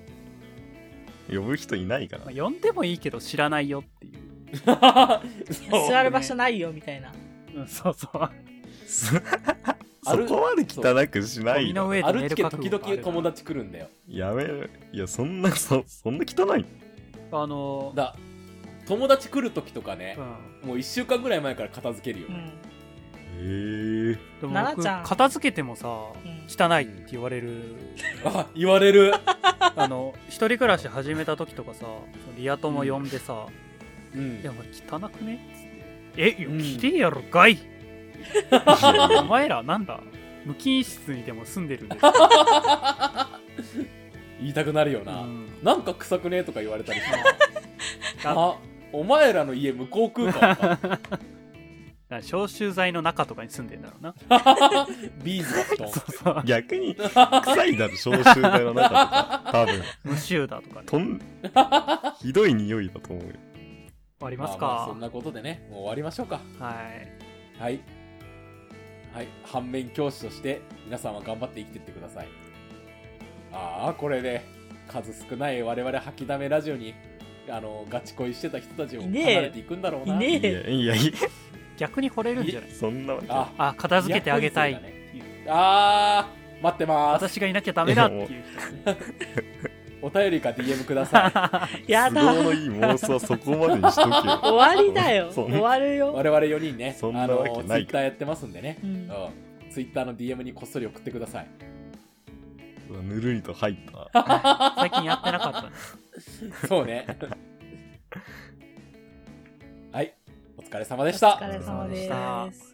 C: う
D: 呼ぶ人いないから
A: まあ。呼んでもいいけど知らないよっていう
B: そう
C: 座る場所ないよみたいな
A: うんそうそう。
D: そ
B: ある
D: そこまで汚くしな
A: ゴ
D: い
A: ミの
D: よ。
A: 上で寝る
B: 歩きけ
A: 覚
B: 時
A: 悟があ
B: 々
A: る
B: 友達来るんだよ。
D: やめる。いや、そんな、そ そんな汚い。
A: あの、
B: だ、友達来る時とかね
A: う、ん。
B: もう1週間ぐらい前から片付けるよ
C: う。ん
D: へえ。
A: でも
C: 奈々
A: 僕
C: ちゃん
A: 片付けてもさ、
C: うん
A: 汚いって言われる。
B: あ、言われる。
A: あの、一人暮らし始めた時とかさ、リア友呼んでさ、
B: うん
A: いや、。お前汚くねっつって。え、
B: うん
A: いや、きれいやろかい。 お
D: い
A: 前らなんだ無菌室にでも住んでるんです
B: 言いたくなるよな。なんか臭くねとか言われたり さ。あ、お前らの家無効空間 か。
A: 消臭剤の中とかに住んでんだろうな。
B: ビーズだと。
A: そう そう
D: や逆に、臭いだろ、消臭剤の中 とか。多分、
A: 無臭だとかね。
D: とん、ひどい匂いだと思うよ。
A: あります
B: まあまあそ
A: か
B: ん。なことでね、もう終わりましょうか。
A: はい。
B: はい。はい。反面教師として、皆さんは頑張って生きてってください。ああ、これで、数少ない我々吐きだめラジオに、あの、ガチ恋してた人たちを
C: い
B: 離
C: ねえ。
B: れていくんだろうない
C: ね
D: い
C: え
D: や、いや、い
A: 逆に惚れるんじゃない
D: やそんなわけ。
B: あ、
A: あ、片付けてあげたい。
B: あー、待ってます。
A: 私がいなきゃダメだって いう人。
B: お便りか DM ください。
C: や
D: 都合
C: だ
D: のいい妄想はそこまでにしとけよ。
C: 終わりだよ
D: そん
C: 終わるよ
B: 我々4人ね、
D: そん
B: あ
D: なわけ
B: の、ツイ
D: ない
B: ッターやってますんでね
C: う。ん
B: うん。ツイッターの DM にこっそり送ってくだ さい。
D: ぬるりと入った。
A: 最近やってなかったね。
B: そうね。はい。お疲れ様でし
C: お
B: た
C: 疲。れ様
A: お疲れ
C: です